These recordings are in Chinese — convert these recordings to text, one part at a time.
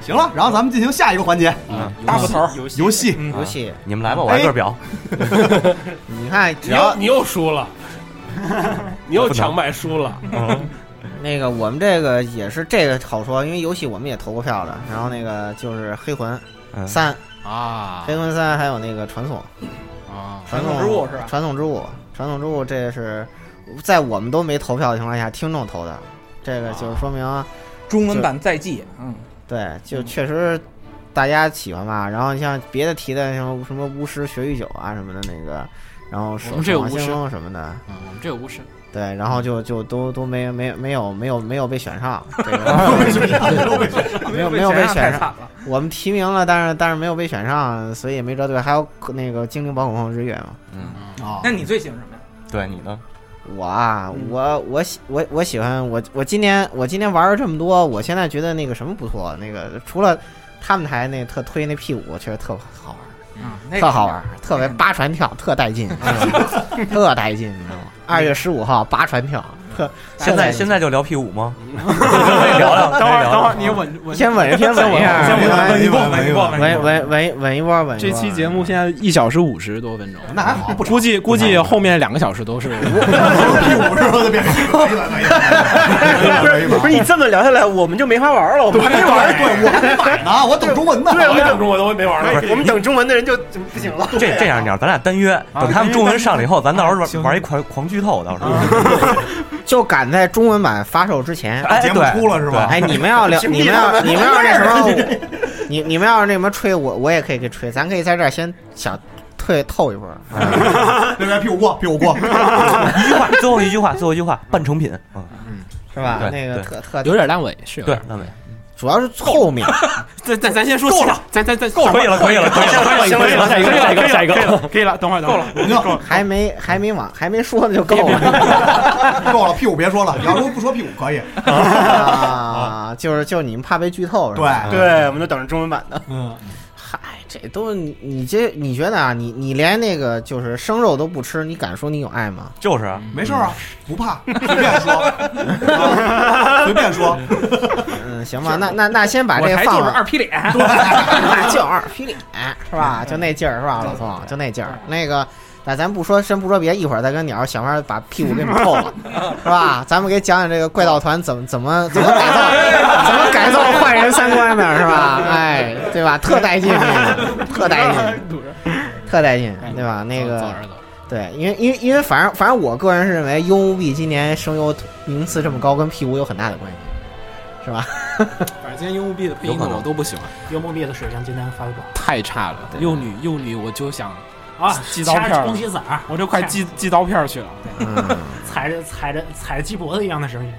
行了，然后咱们进行下一个环节，嗯嗯大部头儿，游戏游戏。啊嗯游戏，你们来吧，我挨个表。你看，只你又要你又输 了，你又强买输了，那个我们这个也是这个好说，因为游戏我们也投过票的。然后那个就是《黑魂嗯三》啊黑魂三》还有那个《传送》，啊，传传送之物是吧传送之物，传送之物，这是在我们都没投票的情况下，听众投的。这个就是说明，中文版再祭，嗯，对，就确实大家喜欢吧。然后你像别的提的什么什么巫师学御酒啊什么的那个，然后守我们这有守望巫师先锋什么的，嗯我们这有巫 师，对，然后就就都都没没没有没有没有被选上，这个 没有没有被选太惨上，了，我们提名了，但是但是没有被选上，所以也没辙对吧。还有那个精灵宝可梦之月嘛，嗯啊那你最喜欢什么呀？对你呢？我啊嗯，我我喜我我喜欢我我今年我今年玩了这么多，我现在觉得那个什么不错，那个除了他们台那特推那 P 五，确实特好玩，啊啊嗯，那个特好玩，特别八船跳，特带 劲，嗯特带劲，你知道吗？二月十五号八船跳，特现在现在在就聊 P 五 吗？ 聊 聊，等会儿，等会儿。儿，你稳稳。先稳先稳一下，先稳先稳一波稳一波稳稳稳稳一波稳一波。这期节目现在一小时五十多分钟，那还好，不估计估计后面两个小时都 是。屁股是吧？就别不是你这么聊下来，我们就没法玩了。我们还没玩，对，我还没买呢，我等中文呢。我等中国的我也没玩儿我们等中文的人就就不行了。这这样，这样，咱俩单约，啊等哎他们中文上了以后，咱到时候玩玩一狂狂剧透，到时候。啊就赶在中文版发售之前。哎，节目对出了是吧哎，你们要聊，屏蔽你们他要，们你们要那什么，你你们要是那什么吹我，我也可以给吹，咱可以在这儿先想退透一波。别别，屁股过，屁股过。一句话，最后一句话，最后一句话，半成品。嗯，是吧？对那个对特特有点烂尾，是有对点，那伟，主要是后面，咱咱咱先说够了，咱咱咱可以了，可以了，可以了，行了行了，下一个下一个下一个可以了，可以了，等会儿，等会儿，还没还没往还没说呢就够了够了，屁股别说了。你要说不说屁股可以， 啊！就是就是你们怕被剧透是对吧？，对，我们就等着中文版的。嗨，这都你你这你觉得啊？你你连那个就是生肉都不吃，你敢说你有爱吗？就是啊，没事啊，不怕，随便说，啊 随便说。 嗯，行吧，那那那先把我这个才就放是了二 皮脸，就二皮脸是吧？就那劲儿是吧，老嗯宋？就那劲儿，那个。那咱不说，先不说别，一会儿再跟鸟想办法把 屁股给你们扣 了，是吧？咱们给讲讲这个怪盗团怎么怎么怎么改造，哎怎么改造坏人三观的，是吧？哎，对吧？特带劲，特带劲，特带劲，对吧？那个哎走着走着对，因为因为因为反正反正我个人是认为 U B 今年声优名次这么高，跟屁股有很大的关系，是吧？反正今天优木币的配音有可能我都不喜欢，幽默币的水平今天发挥不好太差了。对幼女幼女，我就想啊，寄刀片儿掐着东西子儿，我这快寄寄刀片儿去了，嗯，踩着踩着踩着鸡脖子一样的声音，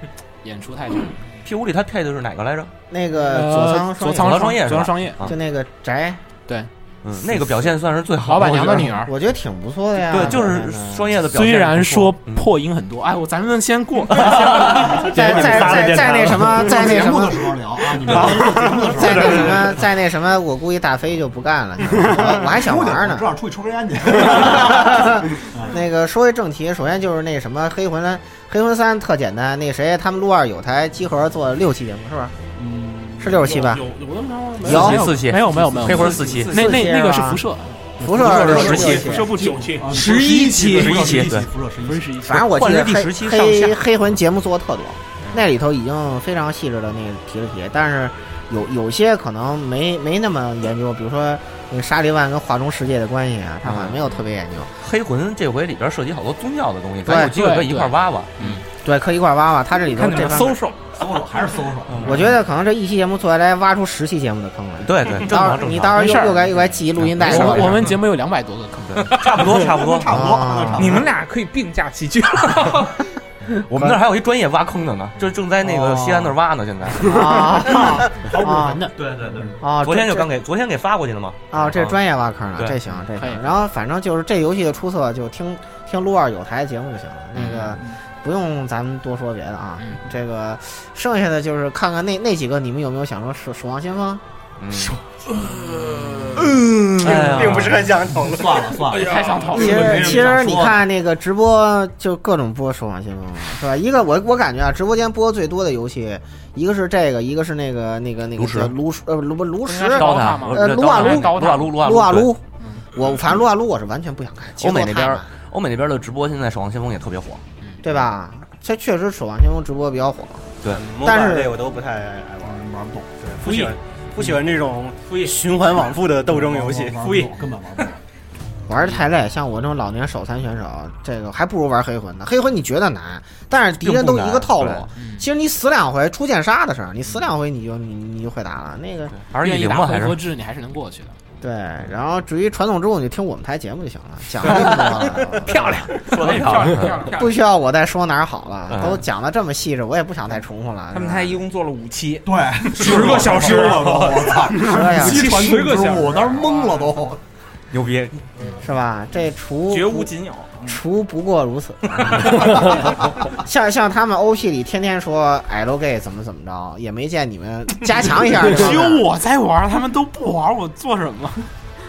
演出太差了。 P 五里他配的是哪个来着？那个佐仓双左叶左仓双叶是吧仓左呃仓双叶，啊就那个宅嗯，那个表现算是最好。老板娘的女儿。我觉得挺不错的呀。对，就是我觉得双叶的表现。虽然说破音很多，哎，我咱们先 过， 在在在在那什么，在那节什目么的，时候聊啊，你 们节目的时候在那什么，在那什么，我估计大飞就 不干了。 我我还想玩呢正。好出去抽根烟 去。那个说回正题，首先就是那什么黑魂三，黑魂三特简单。那谁，他们撸二有台集合做了六期节目是吧？是六十七吧？有有那么长吗？有四期四期没有没有没有，黑魂四期，那四期那啊那个是辐射，啊辐射是六17期，这不九期，十一期，十一期期，辐射十一是期。一反正我记换得了第黑17上黑下黑魂节目做的特多，那里头已经非常细致的那个提了提，但是有有些可能没没那么研究，比如说那个沙利万跟画中世界的关系啊，他好嗯像没有特别研究。黑魂这回里边涉及好多宗教的东西，咱有机会可以一块挖嗯挖。对，嗑一块挖挖，他这里头看你这嗯们方面， social，搜索还是搜索，嗯我觉得可能这一期节目做下来挖出十期节目的坑来。对对，正到常时候正你常，到时没事候儿又又该又该记一录音带没事上儿我来。们我们节目有两百多个坑，差不多差不多。差不多，啊差你们俩可以并驾齐驱。我们那儿还有一专业挖坑的呢，就正在那个西安那儿挖呢，现在。哦 啊好骨盆的，对对对，啊！昨天就这刚给昨天给发过去了吗？啊，这专业挖坑了，对这行这可以行。然后反正就是这游戏的出色，就听听撸二有台的节目就行了。那个不用咱们多说别的啊嗯，这个剩下的就是呃看看那那几个你们有没有想说守守望先锋？嗯，哎呀并不是很想讨论。算了算了，太想讨其论了。实其实你看那个直播，就各种播《守望先锋》是吧？一个我我感觉啊，直播间播最多的游戏，一个是这个，一个是那个那个那个炉石叫炉石呃不不炉石应该是刀刀塔塔嘛，呃撸啊撸撸啊撸，撸啊撸啊对撸。我反正撸啊撸我是完全不想看，节欧奏美那太边慢，欧美那边的直播现在《守望先锋》也特别火，对吧？这确实《守望先锋》直播比较火，但是嗯这我都不太爱玩，玩不动，对，不喜欢不喜欢这种循环往复的斗争游戏。玩不动，根本玩不动。玩的太累。像我这种老年手残选手，这个还不如玩黑魂呢。黑魂你觉得难，但是敌人都一个套路并不难。其实你死两回出剑杀的事儿，你死两回你就你你就会打了。那个而且愿意赢打了回还合是制，你还是能过去的。对，然后至于传统之后，你就听我们台节目就行了， 讲这么多了，漂亮，说 的漂漂 亮，漂亮。亮，漂亮。不需要我再说哪儿好了，嗯都讲的这么细致，我也不想再重复了。他们台一共做了五期，对，十个小时吃了都，我 操！说呀，七传统之物，我当时懵了都。牛 逼！是吧？这除绝无仅有。除不过如此。 像像他们欧系里天天说 L gay 怎么怎么着，也没见你们加强一下这方只面。有我在玩，他们都不玩，我做什么？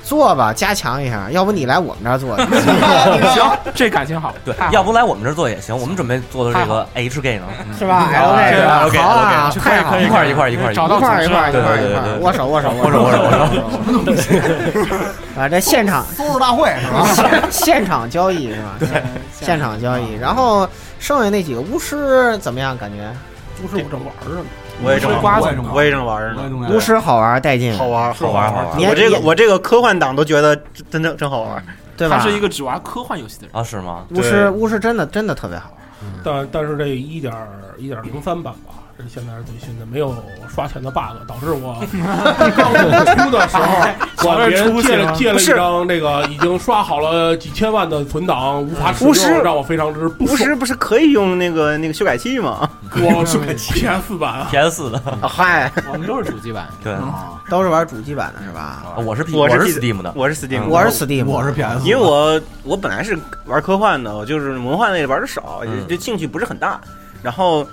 做吧，加强一下，要不你来我们这 儿做去。行，这感情好，对太，好要不来我们这儿做也行，我们准备做的这个 H gay 呢，是吧哎嗯？L 对 gay ，L gay，好啊， L gay 太好了，一块儿一块儿一块儿找一到块儿一块儿一对块儿对一对块对儿，对握手握手握手握手握手，啊！这现场收拾大会是吧？ 现现场交易是吧？现场交易。然后剩下那几个巫师怎么样？感觉不是我正玩着呢，我也正瓜子玩，我也正玩呢，呢巫师好玩带劲，好玩好好玩好玩你也我这个也我这个科幻党都觉得真的真好玩，对吧？他是一个只玩科幻游戏的人。啊是吗？巫师，巫师真的真的特别好玩。但但是这一点一点零三版吧，这现在是最新的，没有刷钱的 bug，导 致我刚出的时哦候，管别人借了借了一张这个已经刷好了几千万的存档无嗯法使不是用，让我非常之不巫爽。师不是可以用那个那个修改器吗？我是 PS 版啊， PS 四的，啊嗨，我们都是主机版，对，嗯都是玩主机版的是吧？我是 P 嗯我我是是 P- Steam 的，我是 Steam，嗯我是 Steam，我是 PS，因为我我本来是玩科幻的，我就是文化类玩的少，嗯就就兴趣不是很大。然后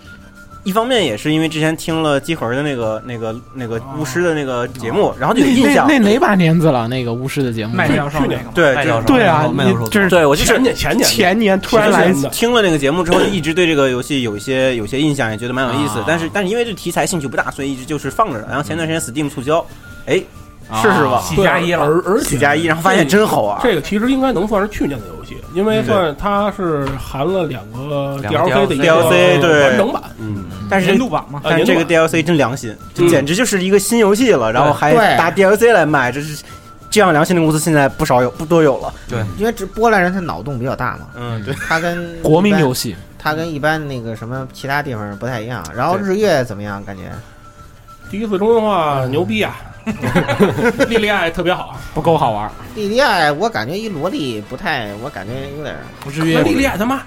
一方面也是因为之前听了鸡魂的那个那个那个巫师的那个节哦目，然后就有印象。哪把年子了？那个巫师的节目卖掉上那个对麦就教授是对啊，没有你说错这是对我就是前年前年前年突然前来年一次的听了那个节目之后，就一直对这个游戏有一些 有些印象，也觉得蛮有意思啊。但是但是因为这题材兴趣不大，所以一直就是放着。然后前段时间 Steam 促销，哎，啊试试吧，啊喜对加一了，而而且几加一，然后发现真好玩。嗯这个其实应该能算是去年的游戏，因为算它是含了两个两个 DLC 的一个 DLC 对完整版，嗯，但是年度版嘛，呃但是这个年度版 DLC 真良心，这嗯简直就是一个新游戏了，然后还对打 DLC 来卖，这是这样良心的公司现在不少有不多有了。因为这波兰人他脑洞比较大嘛，嗯，对，他跟国民游戏，戏，他跟一般那个什么其他地方不太一样。然后日月怎么样？感觉第一次中文化牛逼 啊！莉莉爱特别好，啊不够好玩， D D I 我感觉一萝莉不太，我感觉有点儿不至于莉莉爱他妈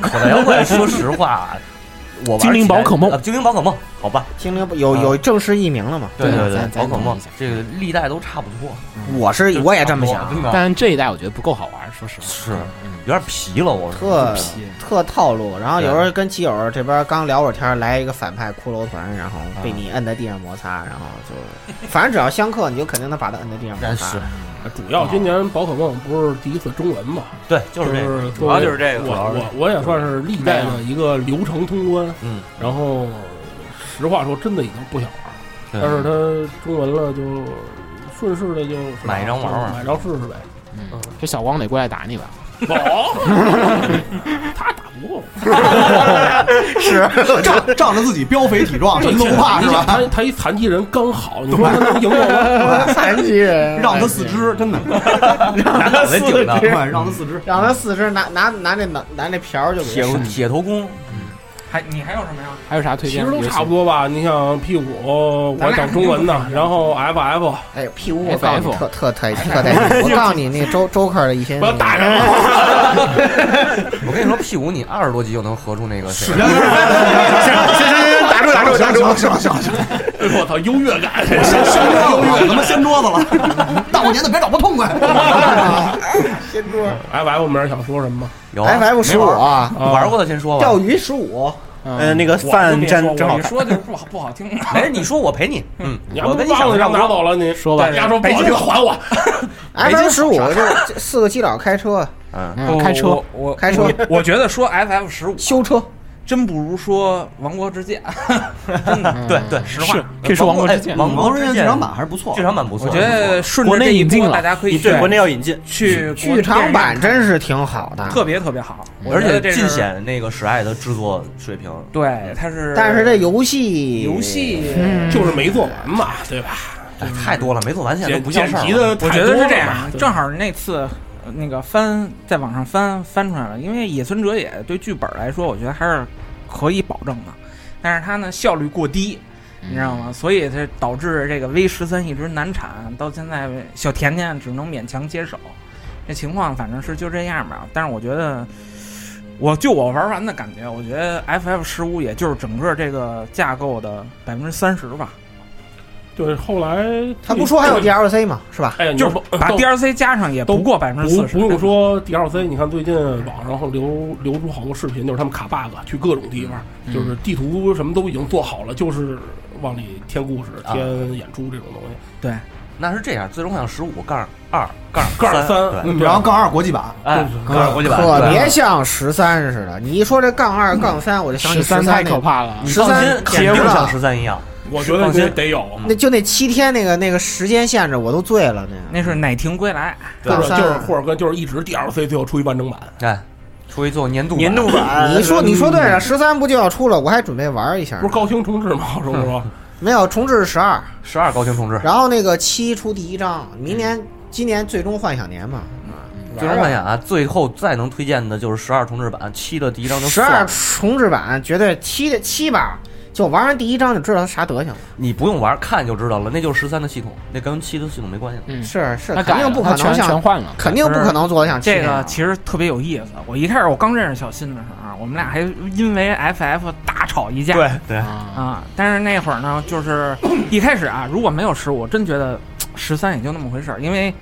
口袋妖怪，说实 话，啊我玩精灵起来宝可梦呃精灵宝可梦，好吧，嗯精灵有有正式译名了嘛？对对对咱，宝咱可同梦意一下这个历代都差不多，嗯我是我也这么差不多想，啊真的但这一代我觉得不够好玩，说实话是嗯有点皮了，我说特皮特套路。然后有时候跟基友这边刚聊会儿天儿，来一个反派骷髅团，然后嗯被你摁在地上摩擦，然后就反正只要相克，你就肯定能把他摁在地上摩但擦嗯是。主要今年宝可梦不是第一次中文嘛，对，就是这个，是主要就是这个我主要是我我也算是历代的一个流程通关，嗯，然后实话说真的已经不想玩了，对但是它中文了就顺势的就买一张玩玩买张试试呗。嗯这小光得过来打你吧， 他打不过我，仗仗着自己膘肥体壮，什么都不怕是你想吧？ 他他一残疾人刚好，你说他能赢我 吗？ 残疾人让他四 肢真的， 拿脑袋顶的对，让他四肢。让他四肢拿拿拿那拿拿那瓢儿就给铁他铁头功，还你还有什么呀？还有啥推其荐实的游都戏？差不多吧。你想 P 五，我讲中文的，然后 FF，哎呦，屁股我告诉你 FF 特特特特带劲！我告诉你，那周周克的一些我要打人了。我跟你说，屁股你二十多集就能合出那个谁，打住打住打住！行行行行，哎 呦我操，优越感！ 掀桌子了，他妈掀桌子了！ 大过年的别找不痛快。仙桌 FF 没人想说什么吗？有啊 F F 十五没玩啊，玩过的先说吧，嗯鱼十五，呃，那个个我饭就别说沾正好你看。说就是不好不好听，哎没哎事，你说我赔你，嗯，你要我不跟你把想我的让差不拿多。走了，你说吧，丫说不北好京听 还我， F 京十五这这四个基佬开车啊嗯，嗯开车哦我我开车我我觉 得说 FF 十五啊修车，真不如说王国之剑，真的， 对对，实话是可以说王国之剑哎王王国之之剑剑剧场版还是不错剧，场版不错，我觉得顺国着内这一引进波，了大家可以你去对国内要引进，去国剧场版电真是挺好影院的，特别特别好，我而觉且得这是尽显那个史爱的制作水平。对，它是，但是这嗯游戏游戏就是没做完嘛，对吧？哎太多了，没做完现在都剪不像剪事儿辑了。的我太觉多了嘛，得是这样，对正好那次呃那个翻在网上翻翻出来了，因为野村哲也对剧本来说，我觉得还是可以保证的，但是他呢效率过低，你知道嗯吗？所以它导致这个 V 十三一直难产，到现在小甜甜只能勉强接手，这情况反正是就这样吧。但是我觉得。我就我玩完的感觉，我觉得 F F 十五也就是整个这个架构的百分之三十吧，对，后来他不说还有 DLC 吗？是吧？哎呀，你就是说把呃都 D L C 加上也都不过百分之不四十，不用说 DLC，你看最近网上流流出好多视频，就是他们卡 bug 去各种地方，嗯就是地图什么都已经做好了，就是往里添故事、啊添演出这种东西。对，那是这样，最终幻想十五杠二杠杠三三，对，嗯然后杠二国际版，哎，对杠二国际版，特对啊别像十三似的。你一说这杠二杠三，我就想起十三三那太个可怕了你，十放三心，铁肯定了像十三一样。我觉得放这心得有，啊那就那七天那个那个时间限制，我都醉了那那是奶停归来，或杠者就是三。或者跟就是一直 DLC 最后出一完整版，哎，出一做年度年度版 嗯你说你说对了，十三不就要出了？我还准备玩一下嗯不是。高清重置吗？我说不说，没有重置十二，十二高清重置，然后那个七出第一章，明嗯年今年最终幻想年嘛，最终幻想啊，最后再能推荐的就是十二重置版，七的第一章就十算了二重置版绝对七的七吧，就玩完第一章就知道它啥德行了。你不用玩看就知道了，那就是十三的系统，那跟七的系统没关系了。嗯，是是，他改肯定了不他可能全全像，换了，肯定不可能做得像啊七这那个样其实特别有意思。我一开始我刚认识小新的时候啊，我们俩还因为 FF 大吵一架。对，啊，啊，但是那会儿呢，就是一开始啊，如果没有十五，我真觉得十三也就那么回事儿。因为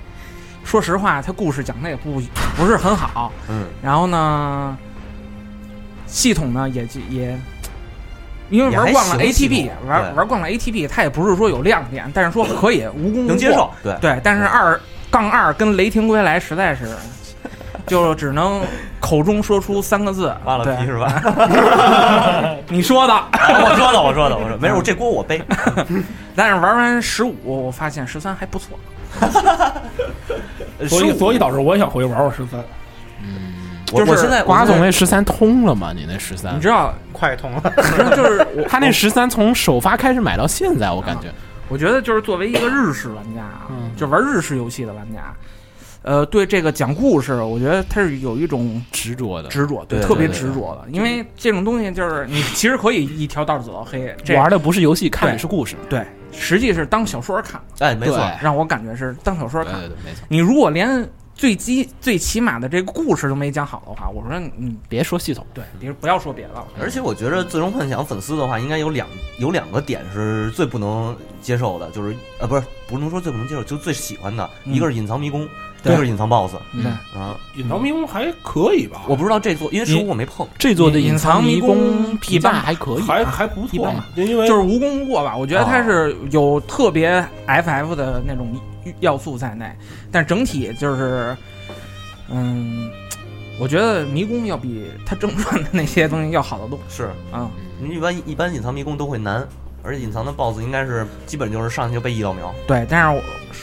说实话，他故事讲的也不不是很好，嗯，然后呢，系统呢也也。因为也玩还惯了行系 ATB，统玩对玩惯了 ATB，它也不是说有亮点，但是说可以无功无能接过受。对，对，但是二杠二跟雷霆归来实在是，就只能口中说出三个字，挖了皮对，是吧？ 你 说的。我说的，我说的，我说没事，我这锅我背。 但是玩完十五，我发现十三还不错。所以所以以导致我也想回去玩玩十三。我就是我现在瓜总我那十三通了吗？你那十三嗯你知，道，快通了。你知道 就是我，他那十三从首发开始买到现在，我感觉我觉得就是作为一个日式玩家啊，嗯就玩日式游戏的玩家，呃，对这个讲故事，我觉得他是有一种执着的，执着，对特别对对执着的，因为这种东西就是你其实可以一条道走到黑，这嗯玩的不是游戏，看的对是故事。对，实际是当小说看，哎，没错，对让我感觉是当小说对看。对对，没错。你如果连最基最起码的这个故事都没讲好的话，我说你别说系统，对，别不要说别的了。而且我觉得《最终幻想》粉丝的话，应该有两有两个点是最不能接受的，就是呃，不是不能说最不能接受，就最喜欢的，嗯一个是隐藏迷宫，一对个是隐藏 BOSS 对嗯啊。隐藏迷宫还可以吧？我不知道这座，因为十你五我没碰，这座的隐藏藏迷宫宫评评价价还可以，还啊还不一错般吧，就因为就是无功无过吧，我觉得它是有特别 FF 的那种要素在内，但整体就是，嗯，我觉得迷宫要比它正传的那些东西要好得多是啊、你一般一般隐藏迷宫都会难，而且隐藏的 BOSS 应该是基本就是上去就被一刀秒。对，但是我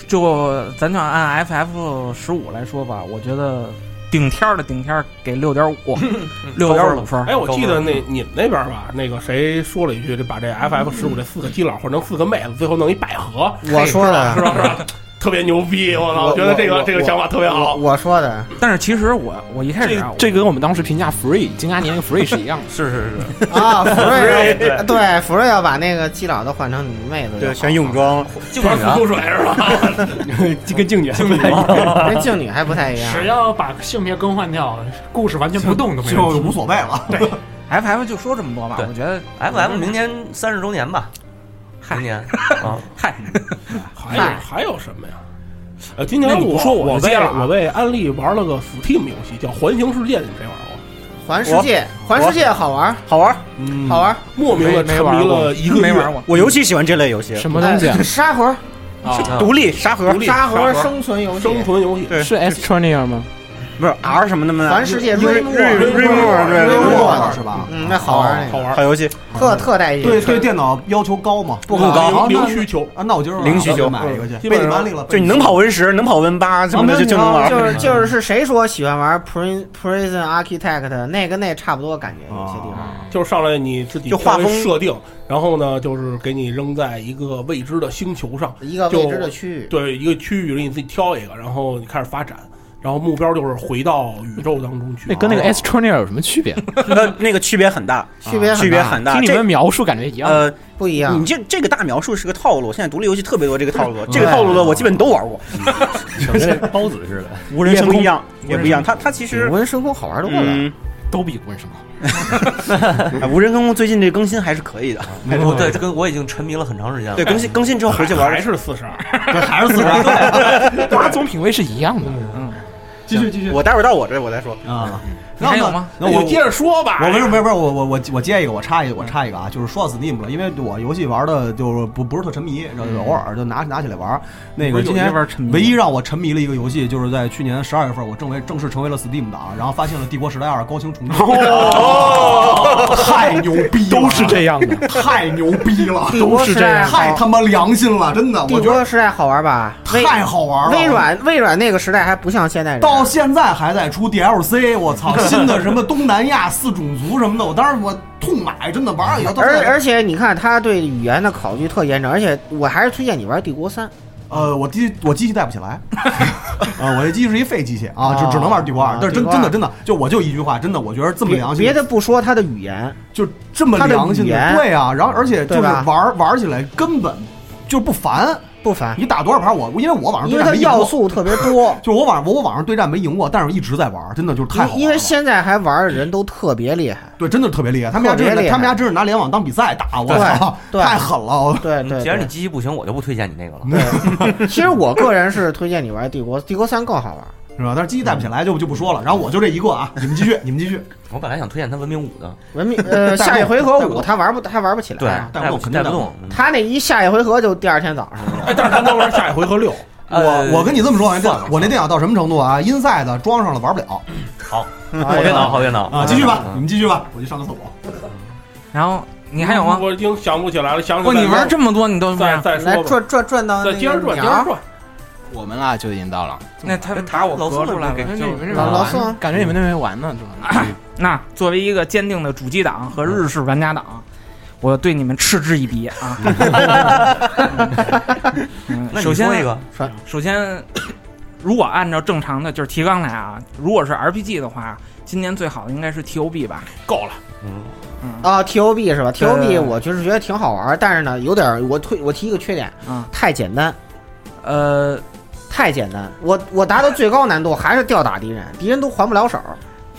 就咱就按 FF 十五来说吧，我觉得顶天儿的顶天儿给六点五，嗯六点五分儿。嗯哎，我高记分得儿那你们那边儿吧，那个谁说了一句，这把这 FF 十五这四个基佬换成四个妹子，最后弄一百合，我说是的，吧？是吧？特别牛逼，我操！我我觉得这我个这个我想法特别我好。我说的，但是其实我我一开始啊这，这跟我们当时评价 Free 金刚年那个 Free 是一 样的。是是是， 啊，福瑞要对福瑞要把那个基佬都换成妹子，对，全泳，装，就全是是啊死库水是吧？跟静姐，哦跟静女还不太一样。只要把性别更换掉，故事完全不动都没就问无题。所谓了。 FF 就说这么多吧，对我觉得嗯 FM 明年三十周年吧，明 年啊，嗨， 还有还有什么呀？呃，今年那你不我说我我就为接了啊我为安利玩了个 Steam 游戏，叫《环形世界》，你们谁玩过？环世界，环世界好玩，好玩儿。嗯好，玩。莫名的沉迷了一个没玩月。过，我尤其喜欢这类游戏，哎什么东西啊哎？沙盒，啊独立沙盒独、立沙盒沙盒生存游生戏，存游戏，对是 S Trania 吗？不是 R 什么嗯的吗？环世界瑞瑞瑞诺瑞瑞诺对瑞瑞诺诺，的是吧？嗯嗯，那好玩好那玩好儿，游戏。个，特特带劲。对对，电脑要求高嘛？不不高好零那零需求，啊，那我今儿晚上零需求我就买一个去，基被本你上安利了，就你能跑 Win 十，能跑 Win 八啊什么的，就就能玩就儿。是就是是谁说喜欢玩 Prison Prison Architect 那跟那差不多感觉有些地方。啊，哦就是上来你自己就画风挑一设定，然后呢，就是给你扔在一个未知的星球上，一个未知的区域，对一个区域里你自己挑一个，然后你开始发展，然后目标就是回到宇宙当中去。啊那跟那个 S Trania 有什么区别？那那个区别很大， 区啊别区别大很大。听你这们描述感觉一样。呃，不一你样。这这个大描述是个套路，现在独立游戏特别多这个套路，这个套路的嗯我基本都玩过，整 跟那包子似 的。无人夜生空不一样，也不一样。它它其实无人深空好玩多了，嗯， 都比无人生好。 哎 无人坑最近这更 新还是可以的，我哦对这个我已经沉迷了很长时间了。对，更新更新之后回去玩还儿。是四 十二，还是四十 二，大家总品味是一样的。嗯，继续继续我待会儿到我这我再说。嗯哎啊。你还有吗？那我你接着说吧。我不是不是不是我我我我接一个，我插一个，我插一个啊，就是说到 Steam 了，因为我游戏玩的就是不不是特沉迷，然后偶尔就拿拿起来玩。那个今年唯一让我沉迷了一个游戏，就是在去年十二月份，我正为正式成为了 Steam 党，然后发现了《帝国时代二》高清重置，哦 太牛逼了，都是这样 的。太牛逼了，帝国时代太他好，妈良心了，真的，帝我觉国得时代好玩吧？微太好玩了。微软微软那个时代还不像现在这到样，现在还在出 DLC，我操，新的什么东南亚四种族什么的，我当时我痛买，真的玩了以后，到现而在而且你看他对语言的考据特严整，而且我还是推荐你玩帝国三，呃，我机我机器带不起来，啊，我这机器是一废机器啊，啊只只能玩帝国二啊。但是真帝国二真的真的，就我就一句话，真的，我觉得这么别良心，别的不说，它的语言就这么它的良心语言对啊。然后而且就是对吧玩玩起来根本就不烦，不烦，你打多少盘我，因为我晚上因对战为它没赢要过，素特别多。 就是我晚上我我晚上对战没赢过，但是我一直在玩，真的就是太好玩因因为了现在还玩的人都特别厉害，对真的特别厉害，他们家特别真厉是害他们家真是拿联网当比赛打，我对操，对太狠了，我对对。既然你机器不行，我就不推荐你那个了。对 其实我个人是推荐你玩帝国，帝国三更好 玩。是吧？但是机器带不起来就就不说了。然后我就这一个啊，你们继续，你们继续。 我本来想推荐他文明五的，文明呃，带不下一回合带不五他玩不他玩不起 对来啊，，带带不动肯带定不带不动。嗯他那一下一回合就第二天早上了。哎，但是咱能玩下一回合六， 呃我我跟你这么说，我那电算了我那电脑到什么程度啊？Inside 装上了玩不了哎嗯好电脑，好电脑啊！继续吧，你们继续吧，我去上个厕所。然后你还有吗？我已经想不起来了，想起不，来你玩这么多，你都没再有。再来说吧，转转转到再接着那个说，接鸟着儿，说。哎我们啊就已经到了，啊那他把我老隔宋出来给了，就老老宋感觉你们那没玩呢，是吧？ 那作为一个坚定的主机党和日式玩家党，我对你们嗤之以鼻啊！嗯那你首先说一个，首先， 如果按照正常的就是提纲来啊，如果是 RPG 的话，今年最好的应该是 TOB 吧？够了，嗯，嗯啊，TOB 是吧对对对？TOB 我就是觉得挺好玩，但是呢，有点儿我推我提一个缺点，啊太简单，呃，太简单。我我达到最高难度还是吊打敌人，敌人都还不了手。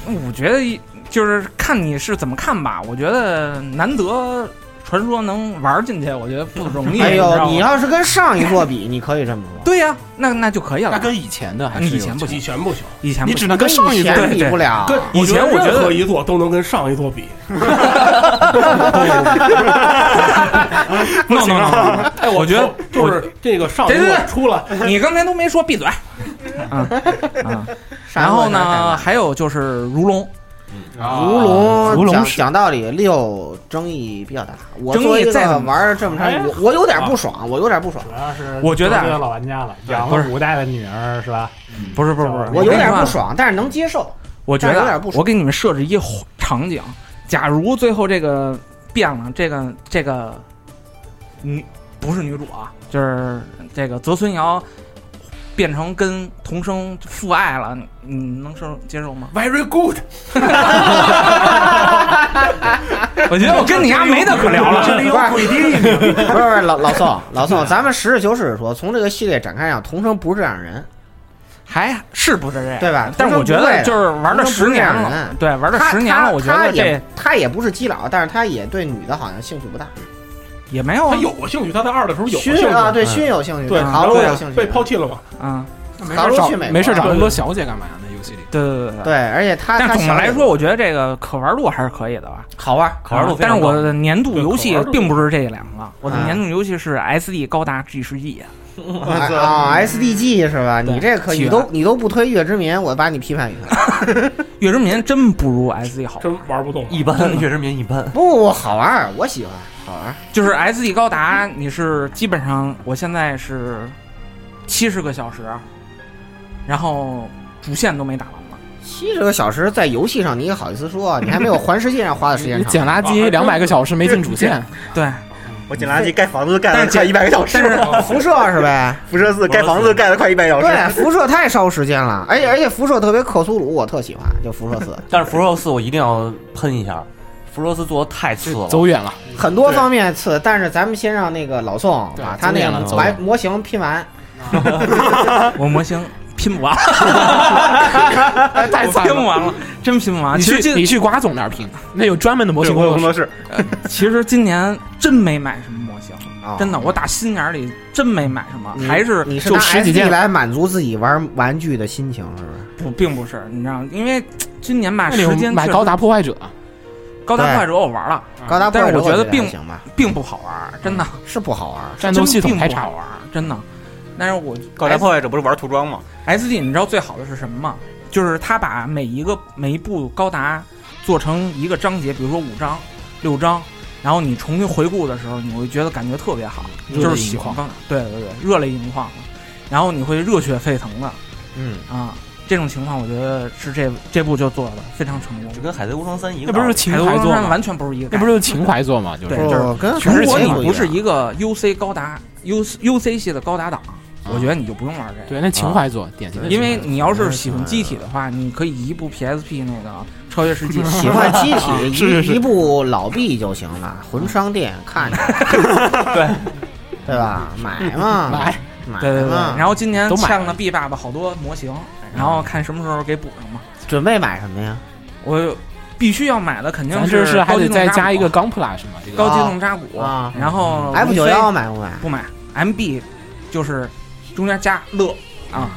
我觉得就是看你是怎么看吧。我觉得难得传说能玩进去，我觉得不容易。 哎知道呦，吗你要是跟上一座比，你可以这么说。对呀、那那就可以那了。跟以前的还嗯是以前不以行，前不行，以前有，你不只行能跟上一以座前比比不了，跟以前我觉得任何一座都能跟上一座比， no no no，哎，我觉得啊就是这个上一对对座对出来， 你刚才都没说，闭嘴。啊啊！ 然后呢，还有就是如 龙，啊啊如龙，如龙讲是讲道理，六争议比较大。我争议作为一再个怎么玩儿这么长哎时间，我我有点不爽， 我有点不爽，主要是我觉得啊得老玩家了，养不了是五代的女儿是吧？不是不是不是，我有跟你点说啊不爽，但是能接受。我觉得但是有啊点不爽我给你们设置一个场景，假如最后这个变了，这个这个女不是女主啊，就是这个泽村遥变成跟童生父爱了，你能受接受吗 Very good， 我觉得我跟你丫没得可聊了。有鬼地， 不是 不是老老宋老宋，咱们实事求是地说，从这个系列展开讲，童生不是这样人，还是不是这样？对吧但是我觉童生不得会就是玩了十年童生不是这样了人，对，玩了他十年他了，我觉他得这也他也不是基佬，但是他也对女的好像兴趣不大。也没有他啊嗯有过兴趣，他在二的时候有过兴勋啊，趣，嗯对勋有兴趣，对，卡然罗后有兴趣，被抛弃了嘛，啊，卡罗去美国，啊没事找对那对么多小姐干嘛呢？游戏里。对对对对，而且它但它总的小来也说，我觉得这个可玩度还是可以的吧。啊好玩，可玩度非但常是高我的年度游戏对可玩度并不是这两个，我的嗯年度游戏是 S D 高达 G 世 纪。啊啊，SDG 是吧？你这可起你源都你都不推《月之民》，我把你批判一下。月之民真不如 S D 好玩，真玩不动。一般，月之民一般。不 不不，好玩儿，我喜欢，好玩儿。就是 S D 高达，你是基本上我现在是七十个小时，啊然后主线都没打完呢。七十个小时在游戏上，你也好意思说？啊你还没有环世界上花的时间你长。捡垃圾两百个小时没进主 线，对，我捡垃圾盖房子盖了快一百个小时，辐 射是呗？辐射四盖房子盖了快一百小时。对，辐射太烧时间了，而且而且辐射特别克苏鲁，我特喜欢，就辐射四。 但是辐射四我一定要喷一下，辐射四做的太次了。走远了。很多方面次，但是咱们先让那个老宋把他那个白模型拼完， 我模型拼不完， 太惨拼不了！完了，真拼不完。你其实去今呃你去瓜总那儿拼，那有专门的模对型我工作有工室。作室，其实今年真没买什么模型，真的，我打心眼里真没买什么，你还是你是就拿十几 SD 件来满足自己玩玩具的心情，是不是？不并不是，你知道吗，啊因为今年吧，那时你间买确实高达破坏者，高达对快手我玩了，啊高达但是波尔我觉得还并行吧，并不好玩，真的，是不好玩儿。战斗系统真太并不差好了。玩，真的。但是我搞砸破坏者不是玩涂装吗？ S D，你知道最好的是什么吗？就是他把每一个每一部高达做成一个章节，比如说五章、六章，然后你重新回顾的时候，你会觉得感觉特别好，热泪就是盈喜欢高达，对对对，热泪盈眶，然后你会热血沸腾的嗯，啊。这种情况，我觉得是这这部就做的非常成功就。跟《海贼无双三》一那个不道是理。情海贼怀王作山吗？完全不是一个概那念，不是情怀作吗？就是对就是不跟全是韩如国果你情不不是样一个 UC 高达 U UC 系的高达党，我觉得你就不用玩这个。啊对，那情怀作典型的情怀作。因为你要是喜欢机体的话，你可以移步 PSP 那个《超越 世界》 啊喜欢机体，是是是一一部老毕就行了，魂商店 看着，对对吧？买嘛，买买对对对，嘛，然后今年都买欠了 B 爸爸好多模型，然后看什么时候给补上嘛。准备买什么呀？我必须要买的肯定咱这是是还高得机再动加一个扎古钢 plus 嘛？这个高机动扎古啊，然后 F 九幺买不买？不买 MB，就是中间加乐啊。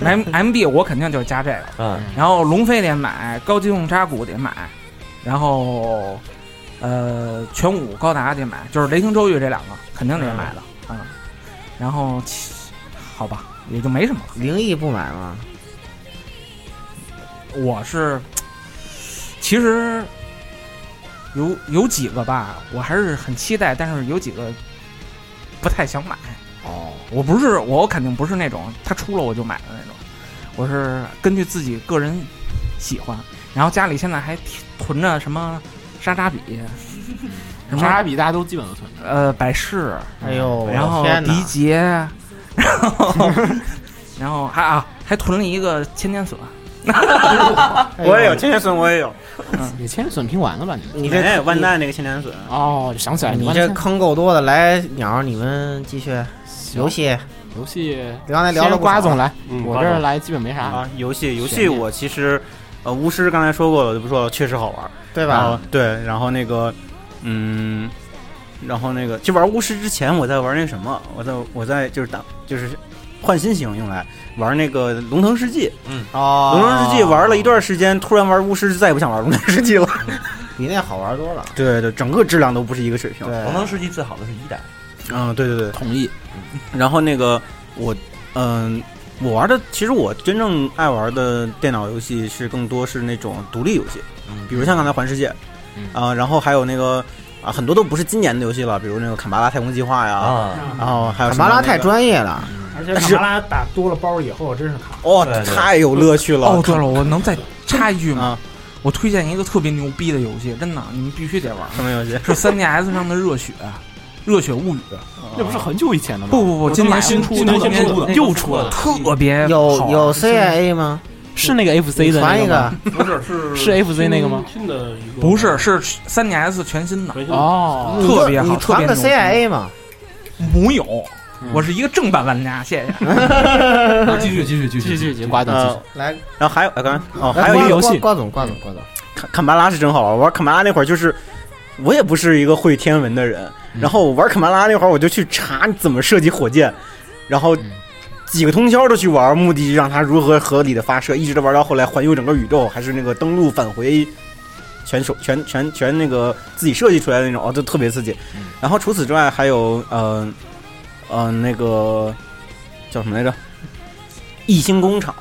M 嗯 M B 我肯定就是加这个，嗯，然后龙飞得买，高机动扎古得买，然后呃全武高达得买，就是雷霆周御这两个肯定得买的啊、嗯然后其好吧，也就没什么了。灵异不买吗？我是其实有有几个吧，我还是很期待，但是有几个不太想买。哦，我不是，我肯定不是那种他出了我就买的那种，我是根据自己个人喜欢，然后家里现在还提囤着什么莎 莎比，什莎莎么比大家都基本都存着。呃百事，哎呦，然后天迪哪！杰，然后 然后还啊还囤了一个千年隼，哎呦我也有千年隼，我也有。你千损平完了吧？你你这哎万代那个千年隼，哦，想起来你完这全坑够多的，来鸟儿，你们继续行游戏。游戏刚才聊了先不少瓜总，来，嗯我这儿来基本没啥。啊，游戏游悬戏念我其实，呃，巫师刚才说过了，我就不说了，确实好玩。对然后吧？对，然后那个，嗯，然后那个，就玩巫师之前，我在玩那什么，我在我在就是打就是换新型用来玩那个龙腾世纪，哦，龙腾世纪玩了一段时间，突然玩巫师就再也不想玩龙腾世纪了。比那好玩多了。对对，整个质量都不是一个水平。龙对，腾世纪最好的是一代，啊嗯，对对对。同意，然后那个我，嗯、我玩的其实我真正爱玩的电脑游戏是更多是那种独立游戏，嗯比如像刚才《环世界》嗯啊、然后还有那个啊、很多都不是今年的游戏了，比如那个《坎巴拉太空计划》呀，啊，然后还有卡什么巴拉那个太专业了，而且卡拉打多了包以后，真是卡。哦对，对太有乐趣了。哦，对了，我能再插一句吗？啊，我推荐一个特别牛逼的游戏，真的，你们必须得玩，什么游戏？是 3DS 上的《热血》，《热血物语》。那不是很久以前的吗？不不不，今年新出今的，年新出的的又出了，特别啊好有玩有 CIA 吗？是那个 FC 你的传那一个个吗， 不是是是 FC 那个吗？新的一个不是，是 3DS 全新的，全新的哦，你就特别好你传个特别牛 CIA 嘛？没有。嗯我是一个正版玩家，谢 谢。 啊继续继续继继续续继续，瓜总继呃续。，来，然后还有呃刚才哦，来还有瓜一个游戏瓜瓜总，瓜总，瓜总，坎坎巴拉是真好玩。玩坎巴拉那会儿就是。我也不是一个会天文的人，然后我玩坎巴拉那会儿，我就去查怎么设计火箭，然后几个通宵都去玩，目的让它如何合理的发射，一直都玩到后来环游整个宇宙，还是那个登陆返回。全手全全全那个自己设计出来的那种哦，就特别刺激。然后除此之外还有呃呃那个叫什么来着？异星工厂，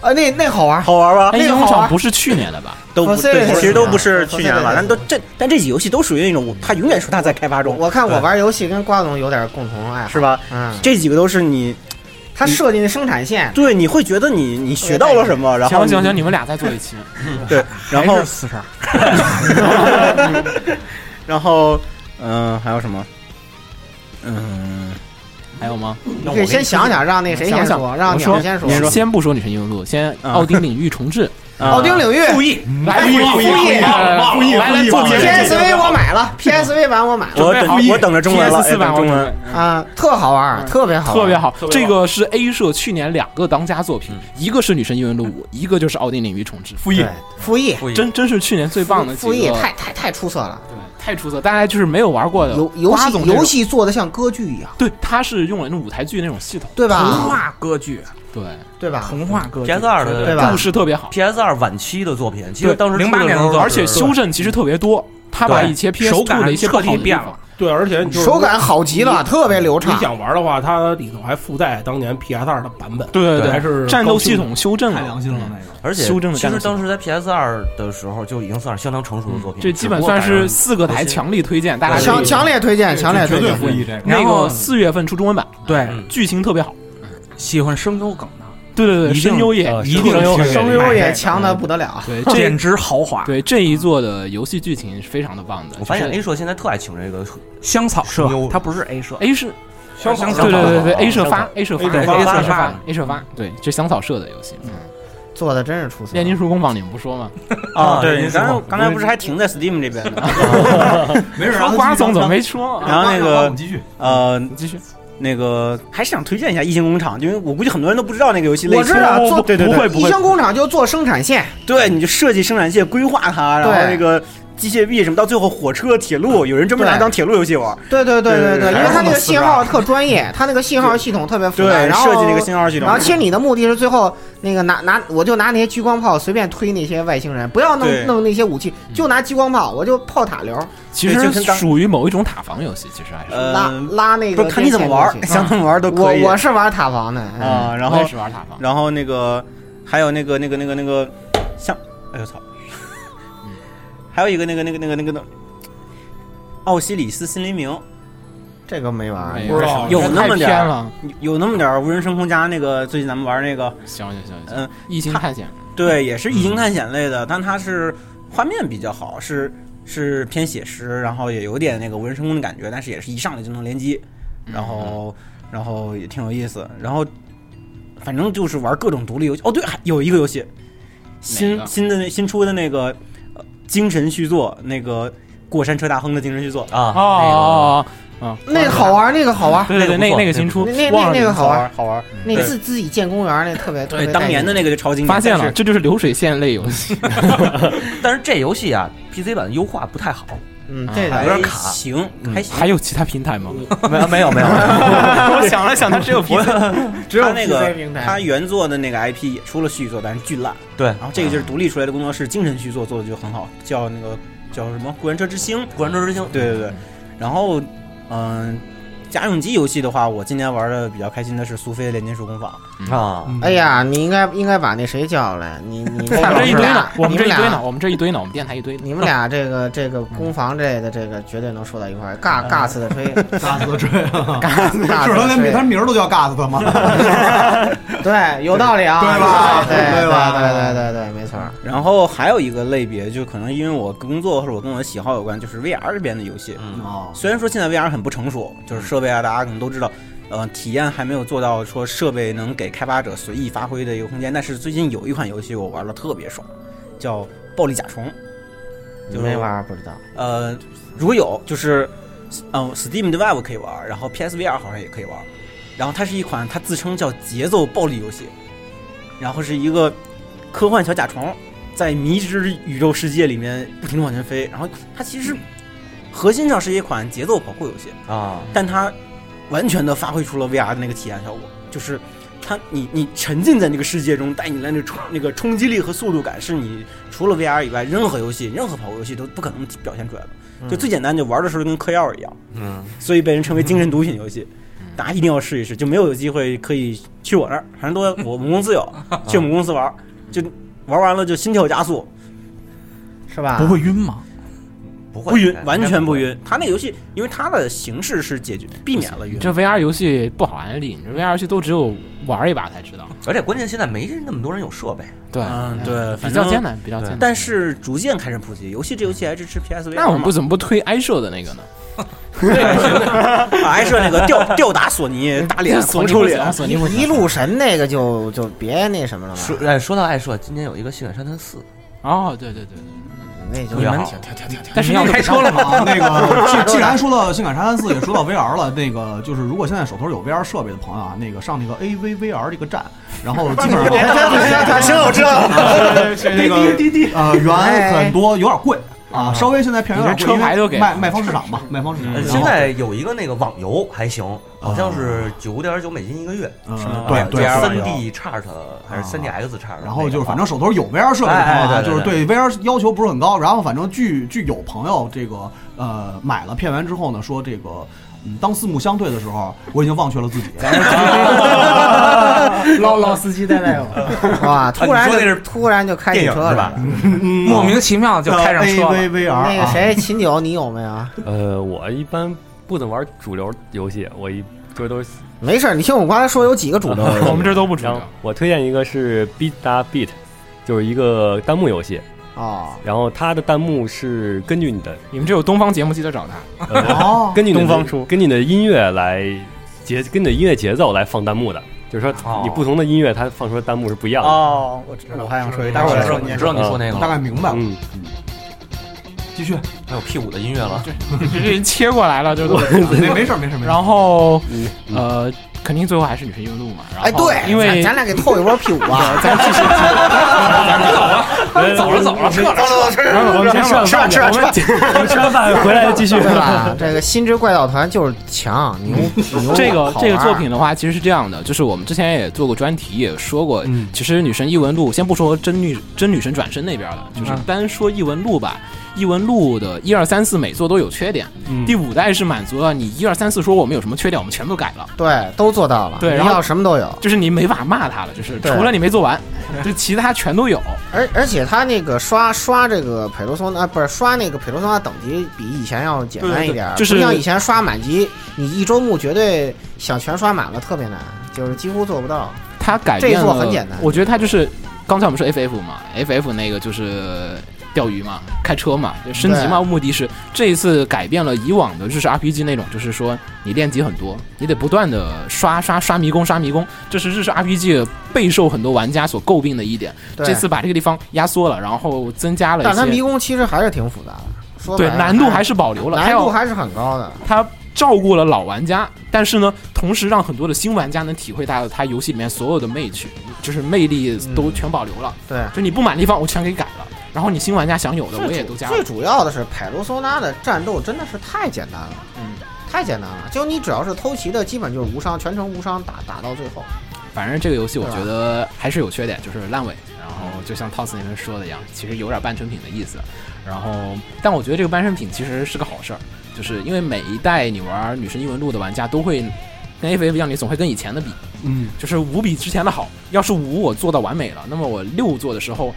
啊，那那好玩，好玩吧？那个工好厂玩。不是去年 的吧？都不 Forsaken 对，是其实都不是吧去年了， Forsaken 但都这但这几游戏都属于那种，它永远说它在开发中，我看我玩游戏跟瓜总有点共同爱好，是吧？嗯，这几个都是你他设计的生产线，对，你会觉得你你学到了什么，然后行行行，你们俩再做 一期， 对，然后还是四十二， 然后嗯、还有什么？嗯，还有吗？你可以先想想，让那谁先想想说，让我鸟先说。您说先不说女神异闻录，先啊奥丁领域重置，奥丁领域注意，来复议复议复议来来做结论 PSV 我 买了，PSV 版我买了我等我等着中文了， PS 四哎版等中文。啊，特好玩，特别嗯好，特别。好特别，好这个是 A 社去年两个当家作品，一个是《女神异闻录五》，一个就是《奥丁领域重置》，复对，复议复议真真是去年最棒的几复个，议太太太出色了，太出色，大家就是没有玩过的游游瓜戏总这种游，戏做的像歌剧一样，对，他是用了那种舞台剧那种系统，对童吧？话歌剧，对，对吧？童话歌剧 PS 二的对吧故事特别好， PS 二晚期的作品，其实对当时08年的作品而且修正其实特别多，他把对以前 PS 手 Two 感的一些不彻好的底地变方了。对，而且你哎就是手感好极了，特别流你畅。想玩的话，它里头还附带当年 PS 二的版本，对对还是战斗高清系统修正太良心了嗯那个。而且修正的其战实斗当时在 PS 二的时候就已经算是相当成熟的作品，这嗯基本算是四个台强力推荐，大家对可强以强烈推荐，强烈推绝对复荐。议这个。那然后个四月份出中文版，对，嗯剧情特别好，喜欢深沟梗的，对对对，一定声优也呃一定声优是声声优哎也强的不得了，哎 啊对简这直豪华。对这一座的游戏剧情是非常的棒的。我发现就是 A 社现在特爱请这个香草社牛，它不是 A 社， A 是相仿对对香对对草 A 社发 A 社发 A 社 A 社发发嗯 A 社发，对，这香草社的游戏，嗯做的真是出色。炼金术工坊你们不说吗？啊，啊对，您你刚说才刚才不是还停在 Steam 这边呢？没事，啊说瓜总怎么没说啊？然后那让我个们继续，呃，你继续，那个还是想推荐一下《异形工厂》，因为我估计很多人都不知道那个游戏类型。 我知道不做不对对不对，会医生工厂就做生产线，对，你就设计生产线，规划它，然后对那个机械臂什么，到最后火车、铁路，有人专门拿对当铁路游戏玩。对对对对对，对因为它那还个是信号特专业，它那个信号系统特别复嗯对杂，，然后设计那个信号系统然后。其实你的目的是最后那个拿拿，我就拿那些激光炮随便推那些外星人，不要对弄弄那些武器，就拿激光炮，我就炮塔流 其对实就是当属于某一种塔防游戏，其实还是拉呃，拉那不个。是看你怎么玩儿，想怎么玩儿都我可以。我是玩塔防的，嗯啊，然我后也是玩塔防，然后那个还有那个那个那个那个像，哎呦操，还有一个那个那个那个那个那个奥西里斯新黎明，这个没玩儿哎。不知道有这那么太点偏儿了。有那么点儿无人升空家那个，最近咱们玩那个，行行行行，嗯，异星探险，对，也是异形探险类的，但它是画面比较好，是是偏写实，然后也有点那个无人升空的感觉，但是也是一上来就能联机，然后然后也挺有意思，然后反正就是玩各种独立游戏。哦，对，还有一个游戏，新个新的那新出的那个、呃精神续作，那个过山车大亨的精神续作，啊，哦哦哦哦，那个好玩儿，那个好玩儿，对对对，那那个不错那个嗯新出，那那忘了那个好玩儿，啊好玩。那对自自己建公园儿那特别特别对，带当年的劲那个就超经典，发现但了，是这就是流水线类游戏。 但是这游戏啊，PC 版优化不太好，嗯啊这还有个点卡，行，还行。嗯还有其他平台吗？没有没 有没有， 我想了想，它只有 PC。只他那个 PC 平台他原作的那个 IP 也出了续作，但是巨烂。对，然后这个就是独立出来的工作室，精神续作做的就很好，叫那个叫什么《过山车之星》。 《古兰车之星》对对对，然后嗯、家用机游戏的话，我今年玩的比较开心的是苏菲的《炼金术工坊》。啊，哎呀，你应该应该把那谁叫来，你你我们这一堆呢俩，，我们这一堆啊俩呢，我们这一堆呢，我们电台一堆呢。你们俩这个这个攻防这类的这个绝对能说到一块儿，尬尬死的吹，尬死追啊！ 尬死是他的连他吹，名儿都叫尬死他吗？ 对，有道理啊，对吧对对吧对对对对，没错儿，然后还有一个类别，就可能因为我工作或者我跟我的喜好有关，就是 VR 这边的游戏。嗯哦，虽然说现在 VR 很不成熟，就是设备啊，大家可能都知道，呃，体验还没有做到说设备能给开发者随意发挥的一个空间。但是最近有一款游戏我玩的特别爽，叫《暴力甲虫》，就是没玩儿不知道，呃，如果有就是，嗯、s t e a m 的 Vive 可以玩，然后 PSVR 好像也可以玩。然后它是一款它自称叫节奏暴力游戏，然后是一个科幻小甲虫在迷之宇宙世界里面不停的往前飞。然后它其实核心上是一款节奏跑酷游戏，啊，但它完全的发挥出了 VR 的那个体验效果，就是它你你沉浸在那个世界中，带你来那冲那个冲击力和速度感，是你除了 VR 以外，任何游戏、任何跑酷游戏都不可能表现出来的。就最简单，就玩的时候跟嗑药一样，嗯，所以被人称为精神毒品游戏。 大家一定要试一试，就没有机会可以去我那儿，反正都我我们公司有，去我们公司玩，就玩完了就心跳加速，是啊吧？不会晕吗？不会不晕应该，完应该全不不晕。它那游戏因为它的形式是解决避免了晕，这 VR 游戏不好安利，你这 VR 游戏都只有玩一把才知道，而且关键现在没那么多人有设备，对，嗯对，比反较正艰。难，比较对艰难。但是逐渐开始普及，游戏这游戏还支持 PSV，那我们不怎么不 推 i 社的那个呢？啊还是那个吊吊打索尼打脸索狂尼抽不脸行，，索尼不一行。路神那个就就别那什么了说嗯吧，哎，说到爱社，今年有一个《性感沙滩四》，哦，对对对，对那就特别好， 但是要那个开车了吗？ 那 个，既既然说到《性感沙滩四》，也说到 VR 了，那个就是如果现在手头有 VR 设备的朋友啊，那个上那个 AVVR 这个站，然后基本 啊上行了，我知道了。哎那个滴滴呃，原很多有点贵啊，稍微现在便宜有点贵，你这车牌都因为给嗯卖卖方 市场嘛，卖方市场。呃然后现在有一个那个网游还行，好像是九点九美金一个月，嗯是吗对对啊对三 D Chart 还是三 DX Chart，然后就是，反正手头有 VR 设备的哎朋哎友啊，对对就是对对 VR 要求不是很高。然后反正据据有朋友这个呃买了片源之后呢，说这个嗯当四目相对的时候，我已经忘却了自己。 老老司机带带我， 哇！突啊然你说那就是突然就开电起影车是吧 了。？莫名其妙就开上车了。 AVVR 那个啊谁，秦九，你有没有？呃，我一般不怎么玩主流游戏，我一这都是没事儿，你听我刚才说有几个主流游戏，我们这都不知然后。我推荐一个是 Beat Da Beat，就是一个弹幕游戏，哦，然后它的弹幕是根据你的你们这有东方节目，记得找他。呃哦，根据你的东方出根据你的音乐来节，根据你的音乐节奏来放弹幕的，就是哦说你不同的音乐它放出的弹幕是不一样的。哦，我知道我还想说一待大会伙儿儿我来知说道你知道你说那个大了，概明白了。嗯，继续，还有 P 五的音乐了， 这这切过来了，这都。 没没事儿没事儿没事儿。然后嗯嗯呃，肯定最后还是女神运路嘛。然后哎，对，因为咱咱俩给透一波屁股啊！咱继续，走了，走了，走了，我们先吃吃吧饭吃去，吧我们我吃吧，们吃完饭回来继续。对吧？这个心之怪盗团就是强 牛牛，啊这个好玩这个作品的话，其实是这样的，就是我们之前也做过专题，也说过，嗯其实《女神异闻录》，先不说真女真女神转身那边的，嗯就是单说异闻录吧。异闻录的一二三四每作都有缺点，嗯第五代是满足了你一二三四说我们有什么缺点，我们全部改了，对都做到了，对然后要什么都有。就是你没法骂他了，就是除对了你没做完，就其他全都有。而而且他那个刷刷这个佩罗松啊，不是刷那个佩罗松的等级比以前要简单一点对对儿，对就是不像以前刷满级，你一周目绝对想全刷满了特别难，就是几乎做不到。它改变这一座了，很简单我觉得它就是刚才我们说 FF 嘛，FF 那个就是钓鱼嘛，开车嘛，就升级嘛，目的是这一次改变了以往的就是 RPG 那种，就是说你练级很多，你得不断的刷刷刷迷宫刷迷宫，这是日式 RPG 备受很多玩家所诟病的一点。对这次把这个地方压缩了，然后增加了但它一迷些，宫其实还是挺复杂的，说对白了难度还是保留了，它难要度还是很高的。它照顾了老玩家，但是呢，同时让很多的新玩家能体会到它游戏里面所有的魅趣，就是魅力都全保留了。对，就你不满的地方我全给改了，然后你新玩家想有的我也都加最了。主要的是，佩罗索纳的战斗真的是太简单了，嗯，太简单了。就你只要是偷袭的，基本就是无伤，全程无伤打打到最后。反正这个游戏我觉得还是有缺点，就是烂尾。然后就像 Toss 那边说的一样，其实有点半成品的意思。然后，但我觉得这个半成品其实是个好事儿，就是因为每一代你玩《女神异闻录》的玩家都会跟 FF 一样，你总会跟以前的比，嗯，就是五比之前的好。要是五我做到完美了，那么我六做的时候，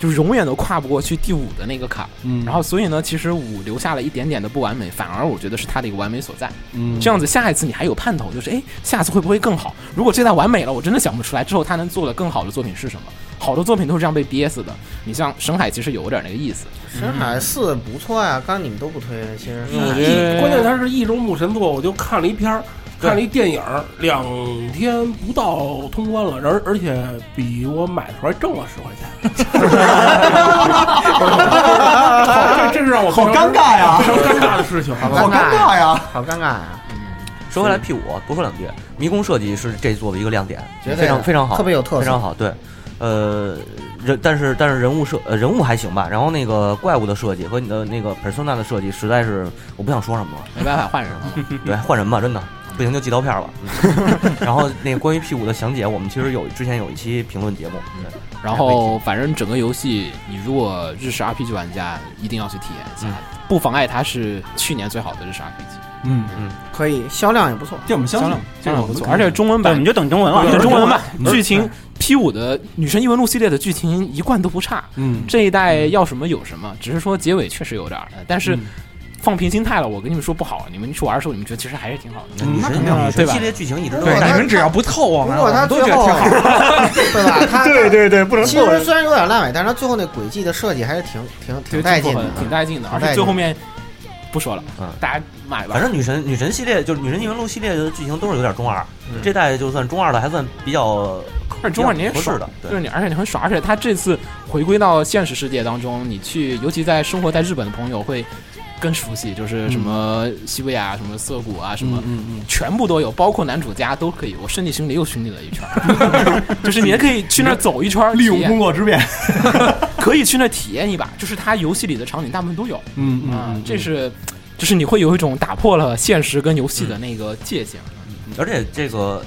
就永远都跨不过去第五的那个坎。嗯然后所以呢，其实五留下了一点点的不完美，反而我觉得是它的一个完美所在。嗯这样子下一次你还有盼头，就是哎，下次会不会更好？如果这代完美了，我真的想不出来之后他能做的更好的作品是什么。好多作品都是这样被憋死的。你像《神海》，其实有点那个意思。神海四不错呀，刚刚你们都不推，其实嗯我是觉得关键它是一周目神作，我就看了一篇儿，对看了一电影儿，两天不到通关了，而而且比我买的时候还挣了十块钱。好这这是让我 非好尴常尬呀非，常尴尬的事情。好尴尬呀。好尴尬呀，说回来 P 五，多说两句，迷宫设计是这作的一个亮点，绝对非常的非常好，特别有特非色常。好。对，呃，人但是但是人物设呃人物还行吧，然后那个怪物的设计和你的那个 persona 的设计，实在是我不想说什么了。没办法，换人了嘛。对，换人吧，真的，不行就寄刀片了。嗯然后那个关于 P 五的详解，我们其实有之前有一期评论节目，对然后反正整个游戏，你如果日式 RPG 玩家一定要去体验一下，不妨碍它是去年最好的日式 RPG。嗯嗯，可以，销量也不错。这我们相销信量，这销个量我不们错，肯而且定中文对，版你们就等中文了。对中文版嗯剧情 P 五的女神异闻录系列的剧情一贯都不差，嗯，这一代要什么有什么，只是说结尾确实有点儿，呃但是嗯放平心态了，我跟你们说不好，你们去玩的时候你们觉得其实还是挺好的。嗯女那神肯定女对神吧系列剧情一直都对是你大们只要不透我不过他最后，啊 对吧？他对对对，不能其错实虽然有点烂尾，但是他最后那轨迹的设计还是挺挺挺对，带劲挺的啊后。挺带劲的，而且带最劲后面不说了嗯，大家哎买吧。反正女神女神系列就是女神异闻录系列的剧情都是有点中二，这代就算中二的还算比较而且嗯中二你也合适爽的，对就是你，而且你很爽，而且他这次回归到现实世界当中，你去，尤其在生活在日本的朋友会更熟悉，就是什么西贝啊、什么涩谷啊、什么，嗯嗯全部都有，包括男主家都可以。我身体巡礼又巡礼了一圈儿， 就是你也可以去那儿走一圈儿，嗯，利用体验工作之便， 可以去那儿体验一把，就是它游戏里的场景大部分都有嗯啊、这是。就是你会有一种打破了现实跟游戏的那个界限，啊嗯而且这个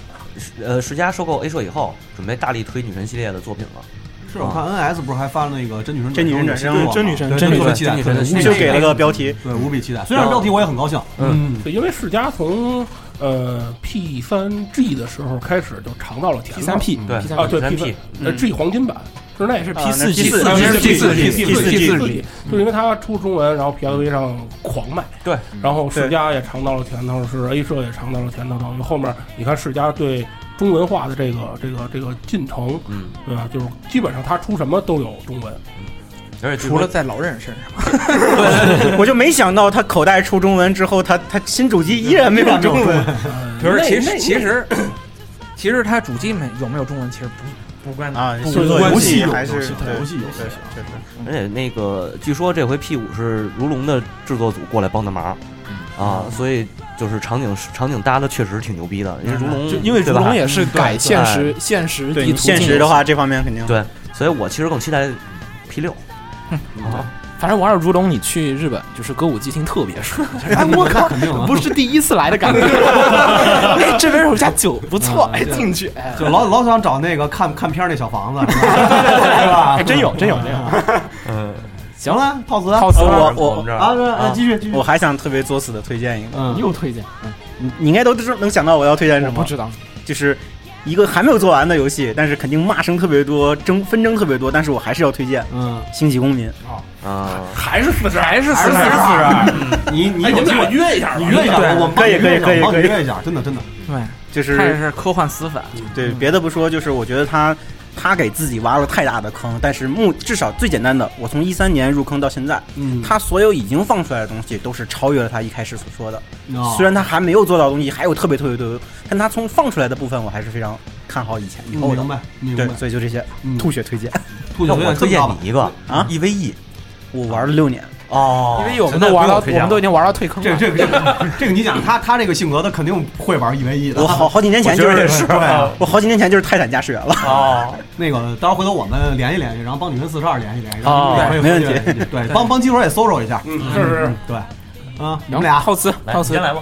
呃世嘉收购 A 社以后，准备大力推女神系列的作品了。啊是我看 NS 不是还发了那个真女神真女神转生转生嘛真女神对真女特别神期待，真女神的对无比就期待给了个标题，对无比期待，虽然标题我也很高兴，嗯嗯，对，因为世嘉从呃 P 三 G 的时候开始就尝到了甜头。 P 三 P 对 P 嗯三啊，对 P3P P 呃 G 黄金版，就是那也是 P 四 G 四啊那是 P P 四四 G G P 四 P 四 G，就是因为它出中文，然后 PSV 上狂卖，对，然后世嘉也尝到了甜头，是 A 社也尝到了甜头，等于后面你看世嘉对中文化的这个这个这个进程，嗯，对吧？就是基本上它出什么都有中文，而且除了在老任身上， 我就没想到他口袋出中文之后，他他新主机依然没有 中文。呃可是其那实那其实其实它主机没有没有中文，其实不不关啊，不做关游系戏有还游是戏对游戏有对游戏确实而 且那个，据说这回 P 五是如龙的制作组过来帮的忙，嗯啊，所以就是场景场景搭的确实挺牛逼的，因为如龙就因为对如吧龙也是改现实现实嗯对地你图现进实游的戏话，这方面肯定对，所以我其实更期待 P 六啊，反正玩尔如龙，你去日本就是歌舞伎町特别爽，哎，我靠，肯定啊，不是第一次来的感觉。 哎，这边有家酒不错，哎，进去，哎，嗯就老老想找那个看看片儿那小房子， 是吧对吧？哎真有真有真有。嗯，行了，套词套啊词我我们我这儿，对哎啊继续继续我，还想特别作死的推荐一个，嗯，又推荐，嗯你你应该都知能想到我要推荐我什不么，知道，就是一个还没有做完的游戏，但是肯定骂声特别多，争纷争特别多，但是我还是要推荐《嗯，星际公民》。啊，还是四十，还是还是十42你你哎，你有们机俩会约一下吧，你约一下，对我们帮你可以可以约一下可以我帮你可以约一下，真的真的，对，就它也是是科幻死法，对别的不说，就是我觉得他他给自己挖了太大的坑，但是目至少最简单的，我从一三年入坑到现在，嗯，他所有已经放出来的东西都是超越了他一开始所说的。哦虽然他还没有做到的东西，还有特别特别多，但他从放出来的部分，我还是非常看好以前以嗯后的明。白明白对，，所以就这些嗯吐血推荐，兔那小我推推荐你一个啊，E V E 我玩了六年，哦，因为我们都玩到，我们都已经玩到退坑这个了。这个这个这个你讲他他这个性格，他肯定会玩一 v 一的。我好好几年前就我觉得是 是对啊，我好几年前就是泰坦驾驶员了。哦，那个到时候回头我们联系联系，然后帮女神四十二联系联系，然哦后你们也可以没问对对，帮帮鸡腿也搜索一下，嗯，是是是，对，啊，你们俩套词，套词，吧，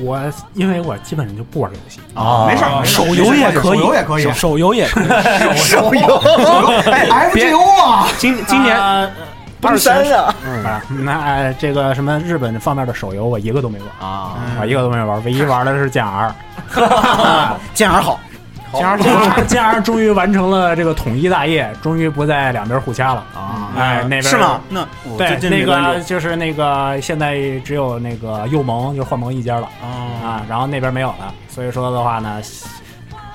我因为我基本上就不玩游戏，啊，没事儿，没事儿手游也可以，手游也可以，啊手游也可以。手游， 哎，FGO 啊， 今今年奔三 啊，嗯啊那这个什么日本方面的手游，我一个都没玩啊，啊，一个都没玩，唯一玩的是剑 R。剑儿好， 剑 R 剑 R 终于完成了这个统一大业，终于不在两边互掐了啊哎，那边是吗？？那我对真，真那没关个啊注就是那个现在只有那个右盟，就是幻盟一家了哦，啊，然后那边没有了，所以说的话呢。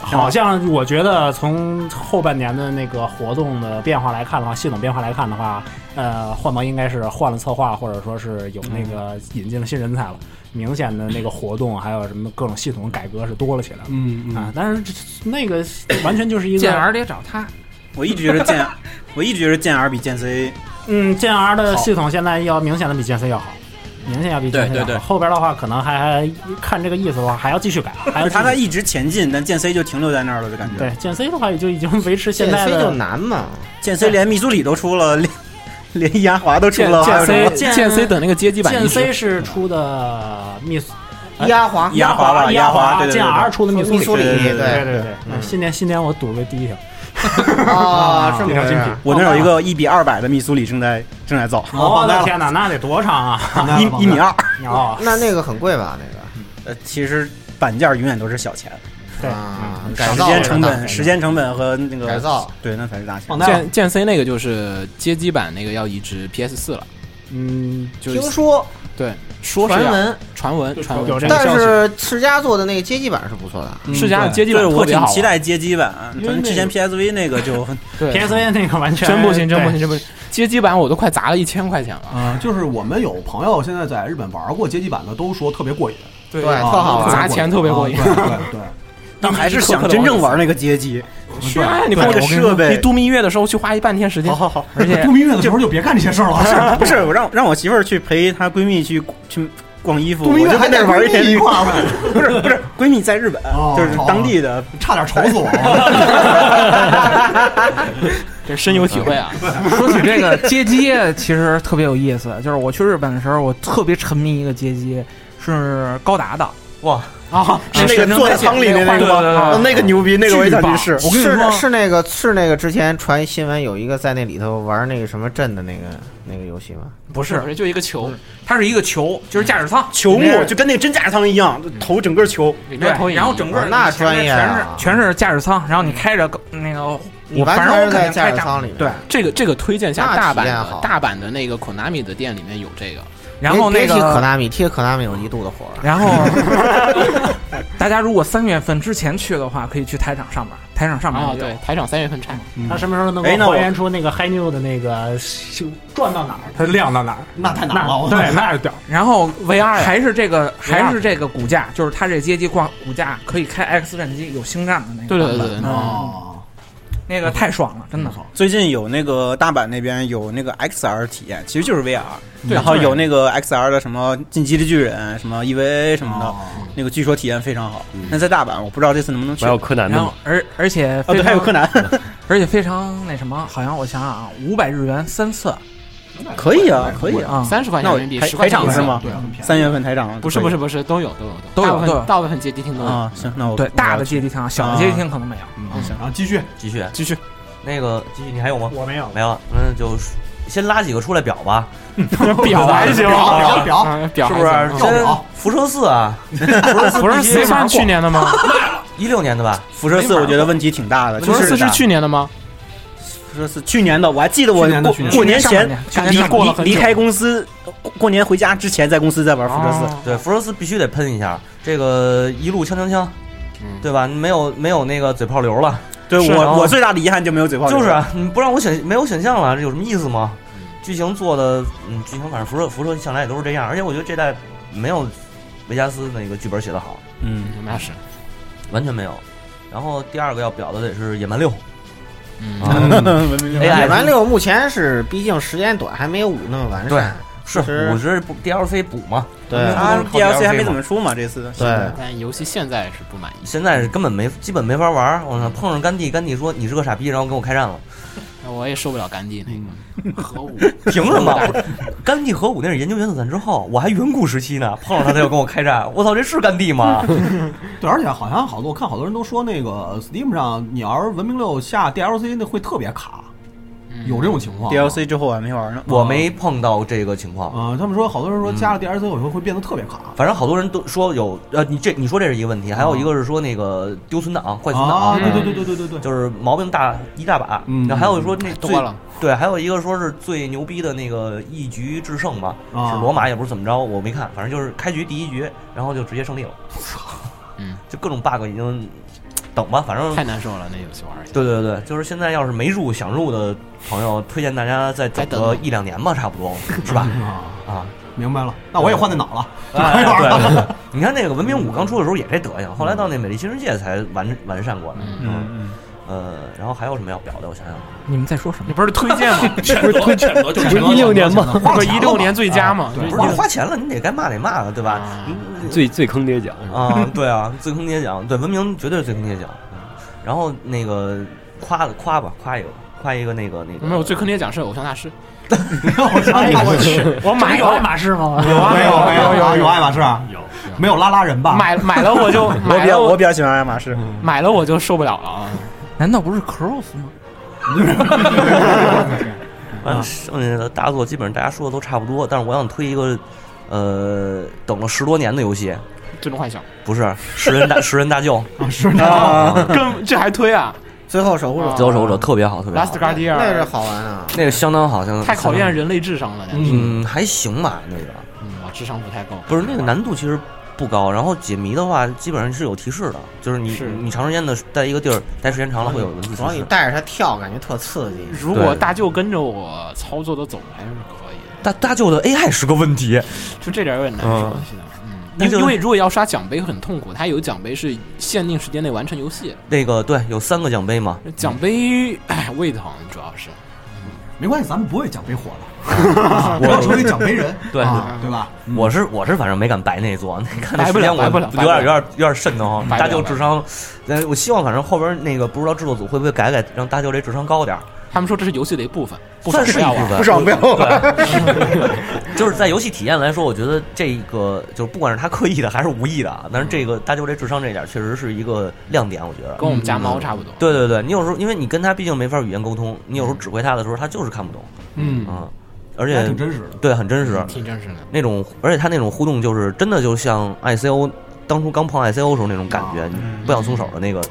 好像我觉得从后半年的那个活动的变化来看的话，系统变化来看的话，呃，幻盟应该是换了策划，或者说是有嗯那个引进了新人才了，明显的那个活动还有什么各种系统改革是多了起来嗯嗯啊。但是这那个完全就是一剑个，儿得找他，我一直觉得剑，我一直觉得剑 R 比剑 C 嗯，剑 R 的系统现在要明显的比剑 C 要好。明显要比剑 C 对要对好，后边的话可能还还看这个意思的话，还要继续改，还要继而续他改在一直前进，但剑 C 就停留在那儿了的感觉。对，剑 C 的话也就已经维持现现在在就的难嘛，剑 C 连密苏里都出了，连连牙华都出剑了，还有剑什 C 么剑 C 等那个街机版剑移植 C 是出的密斯，呃伊阿华伊阿华吧伊阿伊阿华华对对对 G R 出的密密苏里，里对对对对对对。嗯那新年新年我赌了第一条， 啊这么回事啊我那有一个一比二百的密苏里正在正在造，哦我的天哪，那得多长啊！一一米二，哦，那那个很贵吧？那个呃，其实板件永远都是小钱，对啊，嗯改时造间成改造本、时间成本和那个改造，对，那才是大钱。剑剑 C 哦那个就是街机版那个要移植 PS 四了， 嗯，就是听说，对，说是传要闻传闻传闻，嗯但是世嘉做的那个街机版是不错的。世嘉的街机版对，我特别挺好玩期待街机版，啊因为那之前 PSV 那个就很 PSV 那个完全真不行，真不行，真不行！街机哎版我都快砸了一千块钱了啊！就是我们有朋友现在在日本玩过街机版的，都说特别过瘾，对啊特好玩砸钱特别过瘾啊对对对。 但还是想真正玩那个街机，去啊！你那跟我个设备你度蜜月的时候去花一半天时间，好好好，而且度蜜月的时候就别干这些事儿不 了，是不是，我让让我媳妇儿去陪她闺蜜去去逛衣服，度蜜我月就还跟那得儿玩一天一块儿呗， 不是不是，闺蜜在日本，哦就是当地的，差点愁死我了。这深有体会啊！说起这个街机，其实特别有意思。就是我去日本的时候，我特别沉迷一个街机，是高达的。哇啊，是那个坐在舱里那对个吗？对哦对那个牛逼，那个我也想去试。啊我跟你是说的是那个是那个之前传新闻有一个在那里头玩那个什么镇的那个那个游戏吗？对，不是，就一个球它是一个球，就是驾驶舱球里幕面就跟那个真驾驶舱一样，头整个球。里面投对，影，然后整个哦那专业全是啊全是驾驶舱，然后你开着那个，你我完反正我全是肯在定驾开驶舱闸里面。对，这个这个推荐一下那大阪体验好的大阪的那个 Konami 的店里面有这个，然后别那别提可个，纳米，提可纳米有一肚子火。然后 大家如果三月份之前去的话，可以去台场上面，台场上面啊也有嗯对，台场三月份拆，他什么时候能哎那够我还原出那个 High New 的那个是转到哪儿，它亮到哪儿？那太难了，那我对，那是屌。然后 VR 呀还是这个 VR 还是这个骨架，就是它这街机挂骨架可以开 X 战机有星战的那个对对版本，嗯对对对，哦，那个太爽了，真的。最近有那个大阪那边有那个 XR 体验，其实就是 VR，对然后对有那个 XR 的什么《进击的巨人》、什么 EVA 什么的，哦那个据说体验非常好。那在大阪，我不知道这次能不能去。还有柯南的然嘛后，而而且非啊，对，常还有柯南， 而且非常那什么，好像我想想啊，五百日元三次可以啊，可以啊。啊，三十块那钱我人民币，台十块台钱场一是次吗？对，很便宜。三月份台场不是不是不是，都有都有都有大部都有分大部分街机厅都有。啊，行，那我对大的我阶梯厅啊，小的阶梯厅可能没有。嗯行然后继续，继续继续，那个继续，你还有吗？我没有，没了，那就先拉几个出来表吧，嗯 表还行表表表，啊表是还不是？行嗯照先表辐射四 啊，辐射四 不是必须四算去年的吗？一六年的吧？辐射四，我觉得问题挺大的，就不是四是是去年的吗？辐射四去年的，我还记得我去年的过去年的过年前去年上半年去年离上过了离离开公司，过过年回家之前在公司在玩辐射四，哦对，辐射四必须得喷一下，这个一路锵锵锵，对吧？没有没有那个嘴炮流了，嗯对是啊我我最大的遗憾就没有嘴炮，嗯就是啊，你不让我选没有选项了，这有什么意思吗？剧情做的，嗯，剧情反正辐射辐射向来也都是这样，而且我觉得这代没有维加斯那个剧本写的好，嗯，那是，完全没有。然后第二个要表的得是野蛮六 嗯，啊，AI 野蛮六目前是，毕竟时间短，还没有五那么完善。是其实我觉得补 DLC 补嘛，对啊他靠 DLC DLC 还没嘛怎么出嘛，这次对，但游戏现在是不满意。现在是根本没基本没法玩儿。我操，碰上甘地，甘地说你是个傻逼，然后跟我开战了，我也受不了甘地那个核武，凭什 么？甘地核武那是研究原子弹之后，我还远古时期呢，碰上他他就跟我开战，我哦操，这是甘地 吗？ 对，而且好像好多我看好多人都说那个 Steam 上，你要是文明六下 DLC 那会特别卡，嗯有这种情况吗。 DLC 之后我还没玩呢，我没碰到这个情况。哦啊、他们说好多人说嗯加了 DLC 有时候会变得特别卡。反正好多人都说有，呃，你这你说这是一个问题，还有一个是说那个丢存档、坏存档，嗯啊，对对对对对对对，就是毛病大一大把。嗯然后还有说那最多了对，还有一个说是最牛逼的那个一局制胜嘛，啊是罗马也不是怎么着，我没看，反正就是开局第一局，然后就直接胜利了。嗯，就各种 bug 已经等吧，反正太难受了，那游戏玩儿起来。对对对，就是现在要是没入想入的朋友，推荐大家再等再个等一两年吧，差不 多是吧？啊，啊，明白了。那我也换电脑了， 就哎没玩对了。对对，你看那个文明五刚出的时候也这德行，后来到那美丽新世界才完完善过来。嗯嗯，呃，然后还有什么要表的？我想想，你们在说什么你？不是推 荐吗？选择选择就是一六年吗？不是一六年最佳吗？对不是花钱了，你得该骂得骂了，对吧？啊你你最最坑爹奖是吧？啊，对啊，最坑爹奖，对文明绝对是最坑爹奖。嗯然后那个夸夸吧，夸一个吧，夸一个那个那个，没有，最坑爹奖是偶像大 师。我去，我买有爱马仕吗？有啊，没有没有有有爱啊马仕啊？有 没有拉拉人吧？买买了我就我买比较了 我比较喜欢爱马仕，买了我就受不了了啊！难道不是 Cross 吗？啊完了剩下的大作基本上大家说的都差不多，但是我想推一个，呃，等了十多年的游戏，最终幻想不是十人大十人大 舅，十人啊跟这还推啊最后守护者，最后守护者特别好，特别好，Last，Guardian 那是好玩啊！那个相当好，相当太考验，人类智商了，那个嗯，还行吧，那个嗯，我智商不太够。不是那个难度其实不高，然后解谜的话基本上是有提示的，就是你是嗯你长时间的在一个地儿待时间长了会有文字提主要你示。带着它跳，感觉特刺激。如果对大舅跟着我操作的走，还是可以的。大大舅的 AI 是个问题，就这点有点难说嗯，现在。那因就为因为如果要刷奖杯很痛苦，它有奖杯是限定时间内完成游戏，那个对，有三个奖杯嘛，奖杯哎胃疼，主要是没关系，咱们不为奖杯火的， 不要啊成 为我奖杯人，对啊对吧？我是我是反正没敢白那座， 那看那白时不了间我白不了有白点有不了点有点瘆得慌。白不了大舅智商，呃，我希望反正后边那个不知道制作组会不会改改，让大舅这智商高点儿，他们说这是游戏的一部分，不算爽是不一要部玩。分。不爽不要玩 对就是在游戏体验来说，我觉得这个就是不管是他刻意的还是无意的啊，但是这个大舅这智商这一点确实是一个亮点，我觉得。嗯跟我们家猫差不多。对对对，你有时候因为你跟他毕竟没法语言沟通，你有时候指挥他的时候，他就是看不懂，嗯，嗯，而还且挺真实的。对很真实，挺真实的，那种，而且他那种互动就是真的就像 ICO 当初刚碰 ICO 时候那种感觉，嗯你不想松手的那个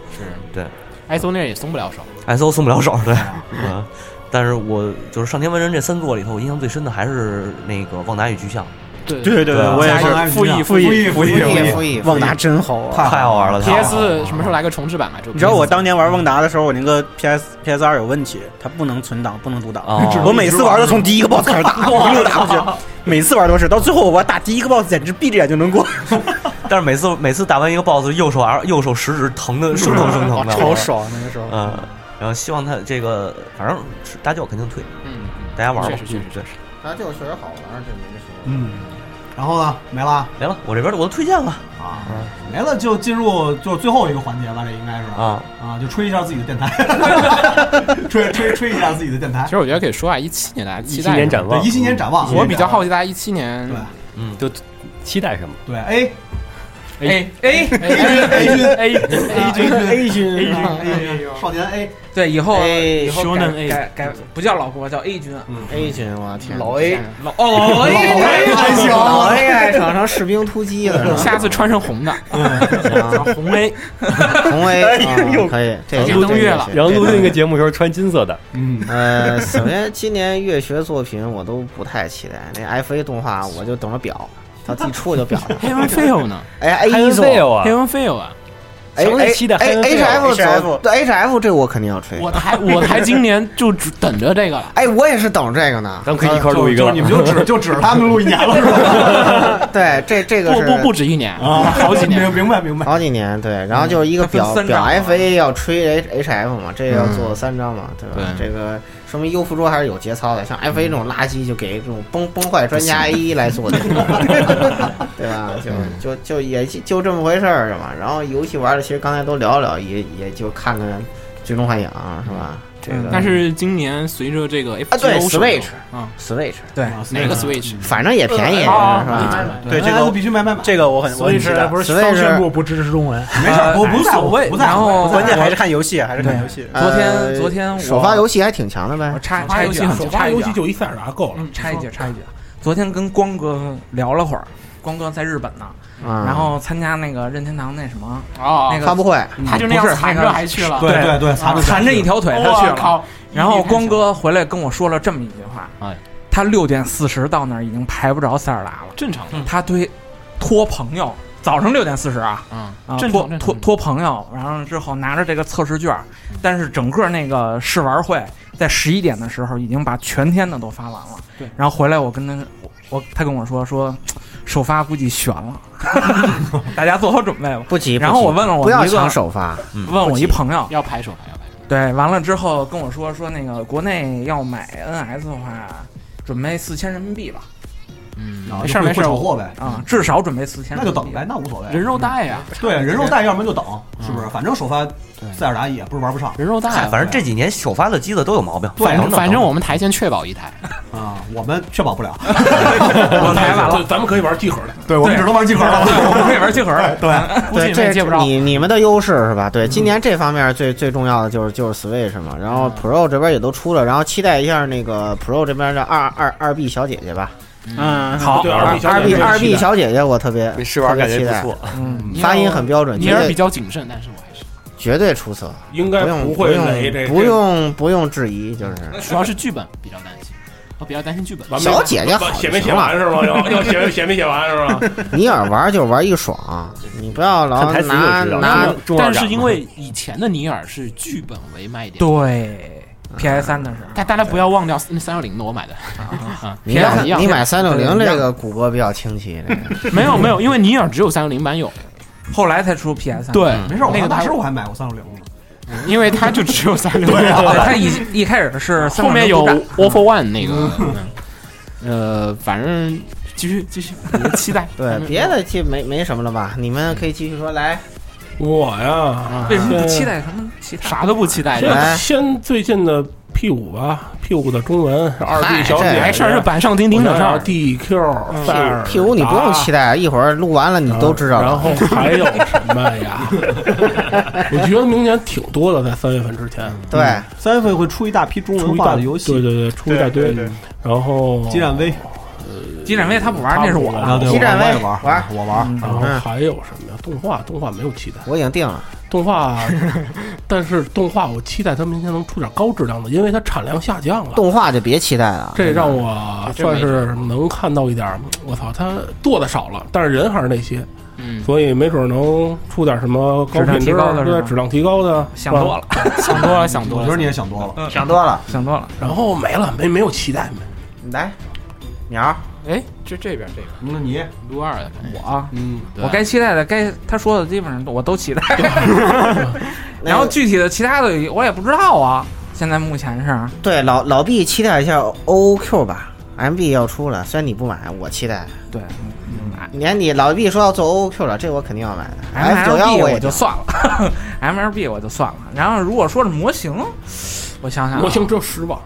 艾松那儿也松不了手。 ，ICO 松不了手，对，嗯。但是我就是上天文人这三座里头，我印象最深的还是那个《旺达与巨像对对对对，啊我也是。复议复复议议复议议复复议议议，复议，旺达真好啊玩。太》，太好玩了。太好玩了 PS 什么时候来个重置版吧？就你知道我当年玩旺达的时候，我那个 PS PS 二有问题，它不能存档，不能读档。哦 我每次玩都从第一个 boss 开始打，一路打过去，每次玩都是，到最后我打第一个 boss 简直闭着眼就能过，但是每次每次打完一个 BOSS，右手而右手食指疼的生疼生疼的，超爽那个时候。嗯。然后希望他这个，反正是大舅肯定退，嗯，嗯大家玩吧确实确实确实。它这个确实好玩，这没说。嗯， 然后呢，没了没了，我这边的我都推荐了啊，没了就进入就是最后一个环节吧，这应该是啊，啊，就吹一下自己的电台， 吹吹吹一下自己的电台其。实我觉得可以说啊，一七年大家期一待七年什么展对，望一，七年展望，我比较好奇大家一七年对嗯，就期待什么？对 A A A A 军 A A 军君 A A 君 A 军哎少年 A 对，以后啊哎以后 Shonen 改 A 改改不叫老婆，叫 A 君啊。嗯 A 群，我天，老 A 老哦 A 还行，哎老 A 爱闯上士兵突击了，下次穿上红 的，嗯啊红 A 红 A 啊可以，这杨登月了然后录那个节目的时候穿金色的，嗯，呃，首先今年乐学作品我都不太期待，那 F A 动画我就等着表，到自己出我就表了。 Heaven Fail 呢 哎呀，A 还有一作，哎 fail 啊， ？Heaven Fail 啊！相当哎期待哎 Heaven H Fail， F 走，对 H F 这我肯定要吹。我台我台今年就只等着这个了。哎，我也是等着这个呢。咱们可以一块儿录一个就了是你。们就指就指着 他们录一年了，是吧？对，这这个不是不不止一年，好几年。明明白明白。好几年，对，然后就是一个表它分三表张啊 F A 要吹 H H F 嘛，这个要做三张嘛，对吧？对这个说明优芙桌还是有节操的，像 F A 这种垃圾就给这种崩崩坏专家 A 一来做的，对吧？就就就也就这么回事儿嘛。然后游戏玩的，其实刚才都聊了聊，也也就看看《最终幻想》是吧？这个嗯但是今年随着这 F 啊，对 G O ，Switch 啊， Switch，对哪个 Switch？嗯反正也便宜，是啊吧？对这个那必须买买买，这个我很我所以很期是待，不是所以刚是宣布不支持中文？没事儿，不不在乎，不在然乎。后关键还是看游戏，还是看游戏。哦昨天呃昨天我首发游戏还挺强的呗我。插发插一游句戏啊，首插发一游句戏啊，就一塞尔达够了嗯，，插一句插一句啊。昨天跟光哥聊了会儿，光哥在日本呢，啊然后参加那个任天堂那什么啊那，个嗯发布会，他就那不样是缠那着个还去了。对对对，残缠着一条腿他去我了。靠！然后光哥回来跟我说了这么一句话哎，他六点四十到那儿已经排不着塞尔达了，正常的，他推托朋友。早上六点四十啊，嗯，啊正托常正嗯托常。托朋友，然后之后拿着这个测试卷，但是整个那个试玩会在十一点的时候已经把全天的都发完了。对，嗯然后回来我跟他我我他跟我说说，首发估计悬了，大家做好准备吧。不急。不急然后我问了我不要一个抢首发，嗯嗯问我一朋友，要拍手牌，要拍手牌。对，完了之后跟我说说那个国内要买 NS 的话，准备四千人民币吧。嗯啊没事儿没事会儿，炒货呗啊，至少准备四千，那就等呗，那无所谓。人肉带呀对，人肉带，要么就等，嗯是不是？反正首发塞尔达也不是玩不上，人肉带嗨，反正这几年首发的机子都有毛病。对反正反正我们台先确保一台啊，我们确保不了。我来晚了咱们可以玩集合的，对我们只能玩集合了对我们可以玩集合了， 对对，估计你们也这接是不着你你们的优势是吧？对，今年这方面最最重要的就是就是 Switch 嘛，然后 Pro 这边也都出了，然后期待一下那个 Pro 这边的二二二 B 小姐姐吧。嗯好对二 2B 小姐姐二期 B 待二 B 小姐姐，我特别试玩特别感觉期待不错嗯发音很标准，你绝还是对比较谨慎，但是我还是绝对出色，应该不用不会用雷这不用不用质疑，就是主要是剧本比较担心，我比较担心剧本。完没小姐姐好写没写完是吗？要要写写没写完是 吗？ 你要是玩就玩一爽，你不要老拿拿，但是因为以前的尼尔是剧本为卖点，对 PS 三的时候，但大家不要忘掉那三六零的我买的啊 你买你买三六零这个。个骨骼比较清奇，这个没有没有，因为尼尔只有三六零版有，后来才出 PS 三。嗯对，没事，我那个上大它师我还买过三六零呢。因为它就只有三六零，对啊 它一一开始是后面有 o f o One 那个嗯，呃，反正继续继续，我们期待 对别的就没没什么了吧？你们可以继续说来。我呀为什么不期待哎什么其他？啥都不期待先先最近的 P 五吧，P 五的中文二 B 小姐姐，这没事儿这板上钉钉的事儿 DQ 塞尔 P 五你不用期待，一会儿录完了你都知道了。嗯然后还有什么 呀？我觉得明年挺多的，在三月份之前，嗯对，三月份会出一大批中出文一化大的游戏，对对对，出一大堆。然后激战威，激战威他不玩，那是我啊对的。激战我威也玩，玩嗯我嗯玩。然后还有什么呀？动画，动画没有期待。我已经定了，动画， 但是动画我期待它明年能出点高质量的，因为它产量下降了。动画就别期待了。这让我算是能看到一点儿，我操，他做的少了，但是人还是那些，嗯，所以没准能出点什么高质量品质提高的是吧对，质量提高的，想多了，想多了，想多了。我觉得你也想多了，嗯想多了，想多了。然后没了，没没有期待，来，鸟，哎，这这边这边，那你撸二的，我啊，嗯，对我该期待的，该他说的基本上我都期 待。然后具体的其他的我也不知道啊，现在目前是。 对老老毕期待一下 OQ 吧，MB 要出了，虽然你不买，我期待。对，年底老毕说要做 OQ 了，这我肯定要买的。F 九幺 MLB 我我也就算了 ，MLB 我就算了。然后如果说是模型，我想想啊，模型只有失望。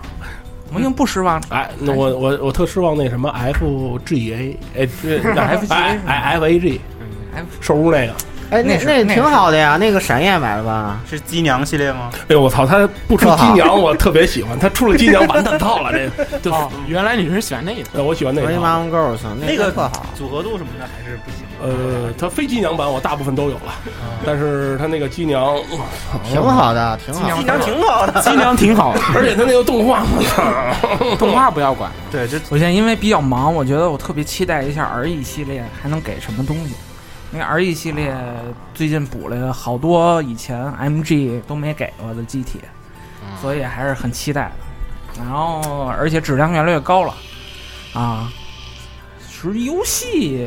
模型不失望。哎，那我我我特失望那什么 FGA，哎，这 FGA 哎哎 FAG，嗯 F 手屋那个，哎，那那是那挺是好的呀，那个闪焰买了吧？是机娘系列吗？哎呦我操，他不出特机好娘我特别喜啊欢，他出了机娘完蛋套了，这就哦，原来你是喜欢那个，呃我喜欢那个 Three。Mom Girls 那个个特好，组合度什么的还是不行。呃，它非机娘版我大部分都有了，嗯但是它那个机娘，哇挺好的，挺好机的。娘挺好的，机娘 挺好， 而且它那个动画，我操，动画不要管，对，这我现在因为比较忙，我觉得我特别期待一下 RE 系列还能给什么东西。因为 RE 系列最近补了好多以前 MG 都没给过的机体，所以还是很期待的。然后，而且质量越来越高了啊！其实游戏，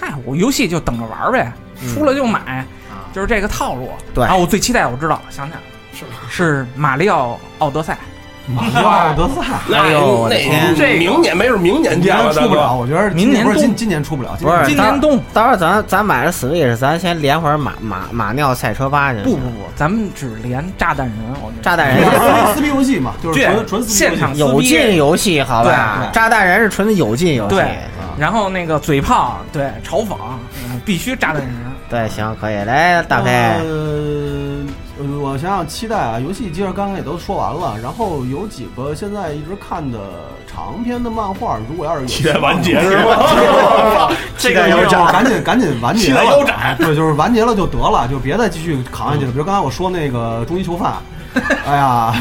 嗨，我游戏就等着玩儿呗，嗯出了就买，啊就是这个套路。对啊，我最期待我知道，想想是是马里奥奥德赛。哇， 德萨，那哎呦我的那这明年没准明年明见年了，出不了，我觉得今明年不是冬今今年出不了，今不是今今年冬到时候咱咱买了 Switch，咱先连会儿马马马尿赛车吧去。不不不，咱们只连炸弹人，我觉得炸弹 人年撕逼游戏嘛，就是对纯纯撕逼现游场戏。有劲游戏，好吧对？炸弹人是纯的有劲游戏。啊对，啊然后那个嘴炮，对，嘲讽，嗯必须炸弹人。 对，行，可以。来，大飞，呃，呃我想想，期待啊！游戏接着刚刚也都说完了，然后有几个现在一直看的长篇的漫画，如果要是有期待完结是吗？ 这 个要斩，赶紧赶紧完结了，腰斩，对，就是完结了就得了，就别再继续扛下去了。比如刚才我说那个终极囚犯， 哎呀，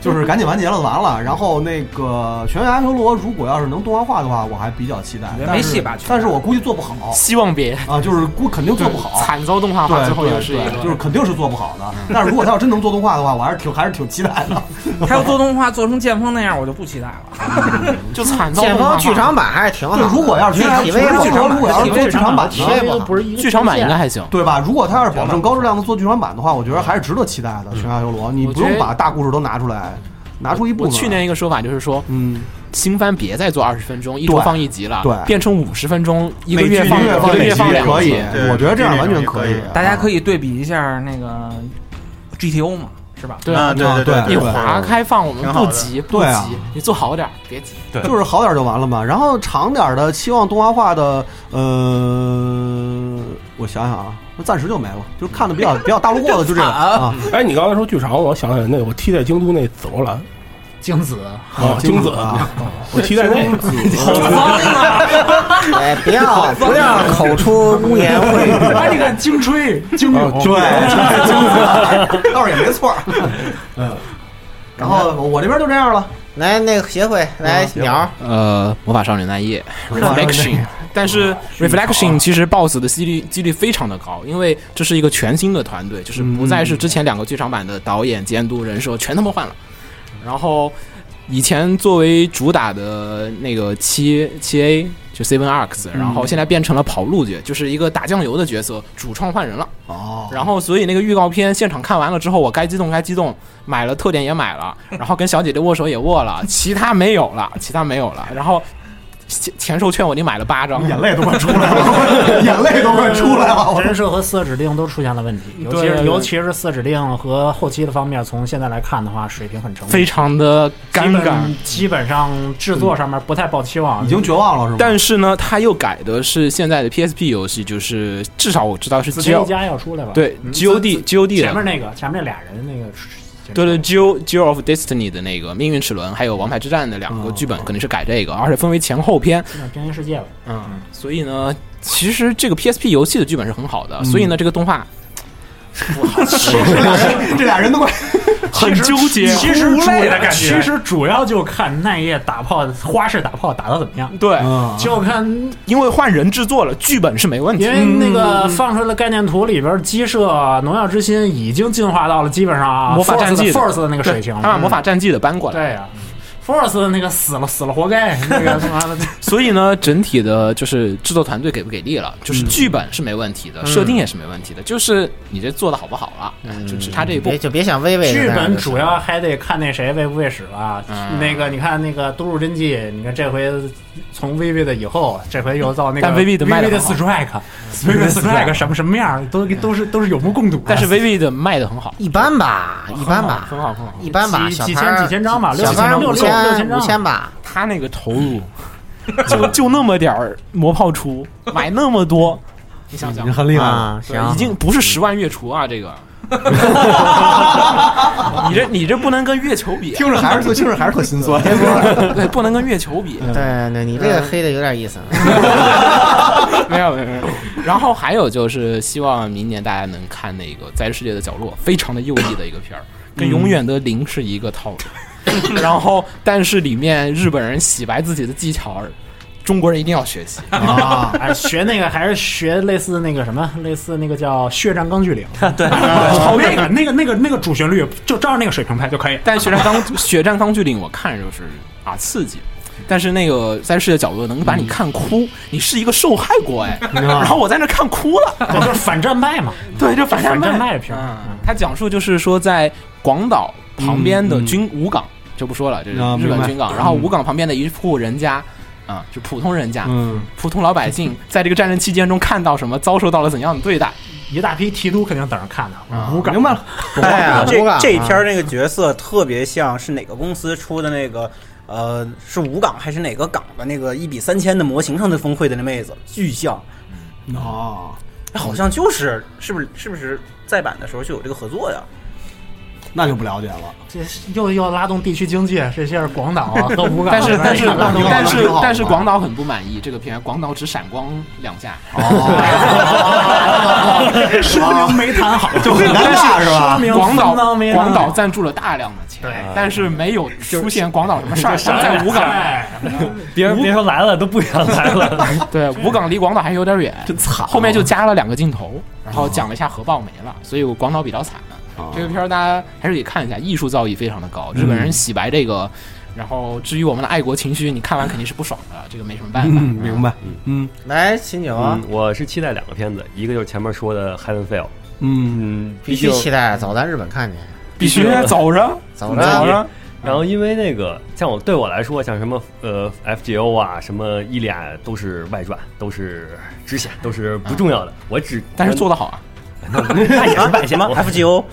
就是赶紧完结了，完了。然后那个《全员阿修罗》如果要是能动画化的话，我还比较期待没，但是戏吧但是我估计做不好希望别啊，就是估肯定做不好。惨遭动画化，对，最后对也是一对个就是肯定是做不好的。但是如果他要真能做动画的话，我还是挺还是挺期待的。他要做动画做成剑锋那样，我就不期待了。 就惨遭剑动画锋化剧场版还是挺好对的。，如果要是体全员威不如好果如果要是做剧场版体呢？威不好。是一剧场版应该还行，对吧？如果他要是嗯保证高质量的做剧场版的话，我觉得还是值得期待的。《全亚修罗》，你不用把大故事都拿出来，拿出一部我分。去年一个说法就是说，嗯，新番别再做二十分钟，一周对放一集了，对变成五十分钟，一个月每放剧一放个月放也两可以集，我觉得这样完全可以。大家可以啊对比一下那个 GTO 嘛，是吧？对啊对对对对你对划开放，我挺们好不的急不对啊急，你做好点儿，别急。就是好点儿就完了嘛。然后长点儿的，期望动画化的，呃，我想想啊，那暂时就没了，就是看 的比较比较大路过的，就这个啊。哎，你刚才说剧场，我想起来那个我踢在京都那紫罗兰，精子哦，京子啊，我踢在 那个， 啊哎，不要不要口出污言秽语。哎，你看精吹精哦勇， 对，倒是也没错儿。嗯，然后我这边就这样了。来，那个协会，嗯来鸟儿，呃，魔法少女奈叶魔法少女奈 Reflection，但是 Reflection 其实 BOSS 的几率几率非常的高，因为这是一个全新的团队，就是不再是之前两个剧场版的导演、监督、人设全他妈换了。然后以前作为主打的那个七七 A 就 Seven Arcs，然后现在变成了跑路角，就是一个打酱油的角色，主创换人了。哦，然后，所以那个预告片现场看完了之后，我该激动该激动，买了特点也 买了，然后跟小姐姐握手也握了，其他没有了，其他没有了。然后前前售券我已经买了八张， 眼泪都快出来 了，眼泪都快出来了。我 人设和四指令都出现了问题，尤其对对是对尤其是四指令和后期的方面，从现在来看的话，水平很成熟，非常的尴基尬。本基本上制作上面不太抱期望，已经绝望了是吗？但是呢，他又改的是现在的 PSP 游戏，就是至少我知道是自家一 G 家要出来吧？对嗯 GOD 前 GOD 面的，那个前面那俩人那个，对对 G O G O of Destiny 的那个命运齿轮，还有王牌之战的两个哦剧本肯定是改这个，而且分为前后篇。那平行世界吧，嗯，所以呢，其实这个 PSP 游戏的剧本是很好的，嗯所以呢，这个动画 这俩人都快很纠结。其实主累的感觉其实主要就看奈叶打炮花式打炮打的怎么样，嗯对，嗯就看因为换人制作了，剧本是没问题嗯因。为那个放出来的概念图里边，鸡舍农药之心已经进化到了基本上啊魔法战绩 Force 的 Force 的那个水平对了，他把魔法战绩的搬过嗯来，对呀。Force 的那个死了死了活该，那个他妈的，所以呢，整体的就是制作团队给不给力了，就是嗯剧本是没问题的，设定也是没问题的，就是你这做的好不好了，嗯哎就只差这一步别。就别想微微的那剧样就行。本主要还得看那谁喂不喂屎吧。嗯那个你看那个都入真纪，你看这回从 VV 的以后，这回又到那个但 VV 的卖得 VV 的很 Strike，VV 的 Strike 什么什么样，都都是都是有目共睹的。嗯但是 VV 的卖的很好，一般吧，一般吧，很好很好，一般吧，几小几牌儿千几千张吧，六小七牌千儿张，五六六六千千张，五千吧，他那个投入嗯 就就那么点儿磨炮 出，买那么多，你想想你。很厉害了。啊，已行，经不是十万月厨啊， 这个， 你这你这不能跟月球比，听着还是特，听着还是特心酸。 对，不能跟月球比。嗯对对，你这个黑的有点意思。嗯啊 没有没有没有。然后还有就是，希望明年大家能看那个《在世界的角落》，非常的右翼的一个片儿，跟《永远的零》是一个套路。然后，但是里面日本人洗白自己的技巧，中国人一定要学习。啊， 哎，学那个还是学类似那个什么，类似那个叫《血战钢锯岭》 对，那个那个那个那个主旋律就照着那个水平拍就可以。但《血战钢血战钢锯岭》，我看着就是啊刺激，但是那个在世界角落能把你看哭，你是一个受害国 哎，然后我在那看哭了，对就是反战派嘛， 对，就反反战战派。派片儿。嗯他讲述就是说在广岛旁边的军武港就不说了，这是啊日明本白军嗯港，然后武港旁边的一户人家。啊、就普通人家、嗯，普通老百 姓，在这个战争期间中看到什么，遭受到了怎样的对待？啊一大批提督肯定等着看呢。无感明白了。哎呀，这五港这一啊篇儿那个角色特别像是哪个公司出的那个，呃，是武港还是哪个港的那个一比三千的模型上的峰会的那妹子，巨像，嗯啊哦，哎好像就是是不是是不是再版的时候就有这个合作呀？那就不了解了。这又又拉动地区经济，这些是广岛哦啊和 武港。但是但是那 那挺好但那是挺好但是广岛很不满意这个片，广岛只闪光两下， 说明没谈好，就很尴尬是吧说明广岛分赃没广拿岛赞助了大量的钱，对但是没有出现广岛什 么事儿，在在武武港，港，别人别说来了都不想来了， 对武港离广岛还有点远，真惨。啊后面就加了两个镜头，然后讲了一下核爆没了，所以我广岛比较惨。啊哦这个片儿大家还是得看一下，艺术造诣非常的高，日本嗯人洗白这个。然后至于我们的爱国情绪，你看完肯定是不爽的，这个没什么办法。嗯，明白。嗯来秦九，嗯，我是期待两个片子，一个就是前面说的《Heaven Fell》，嗯，嗯，必毕须竟啊期待，早咱日本看去，必须走着早走着着然后因为那个像我对我来说，像什么呃 FGO 啊，什么伊利亚都是外传，都是支线，都是不重要的。我只啊但是做得好啊， 那也是外线 吗 FGO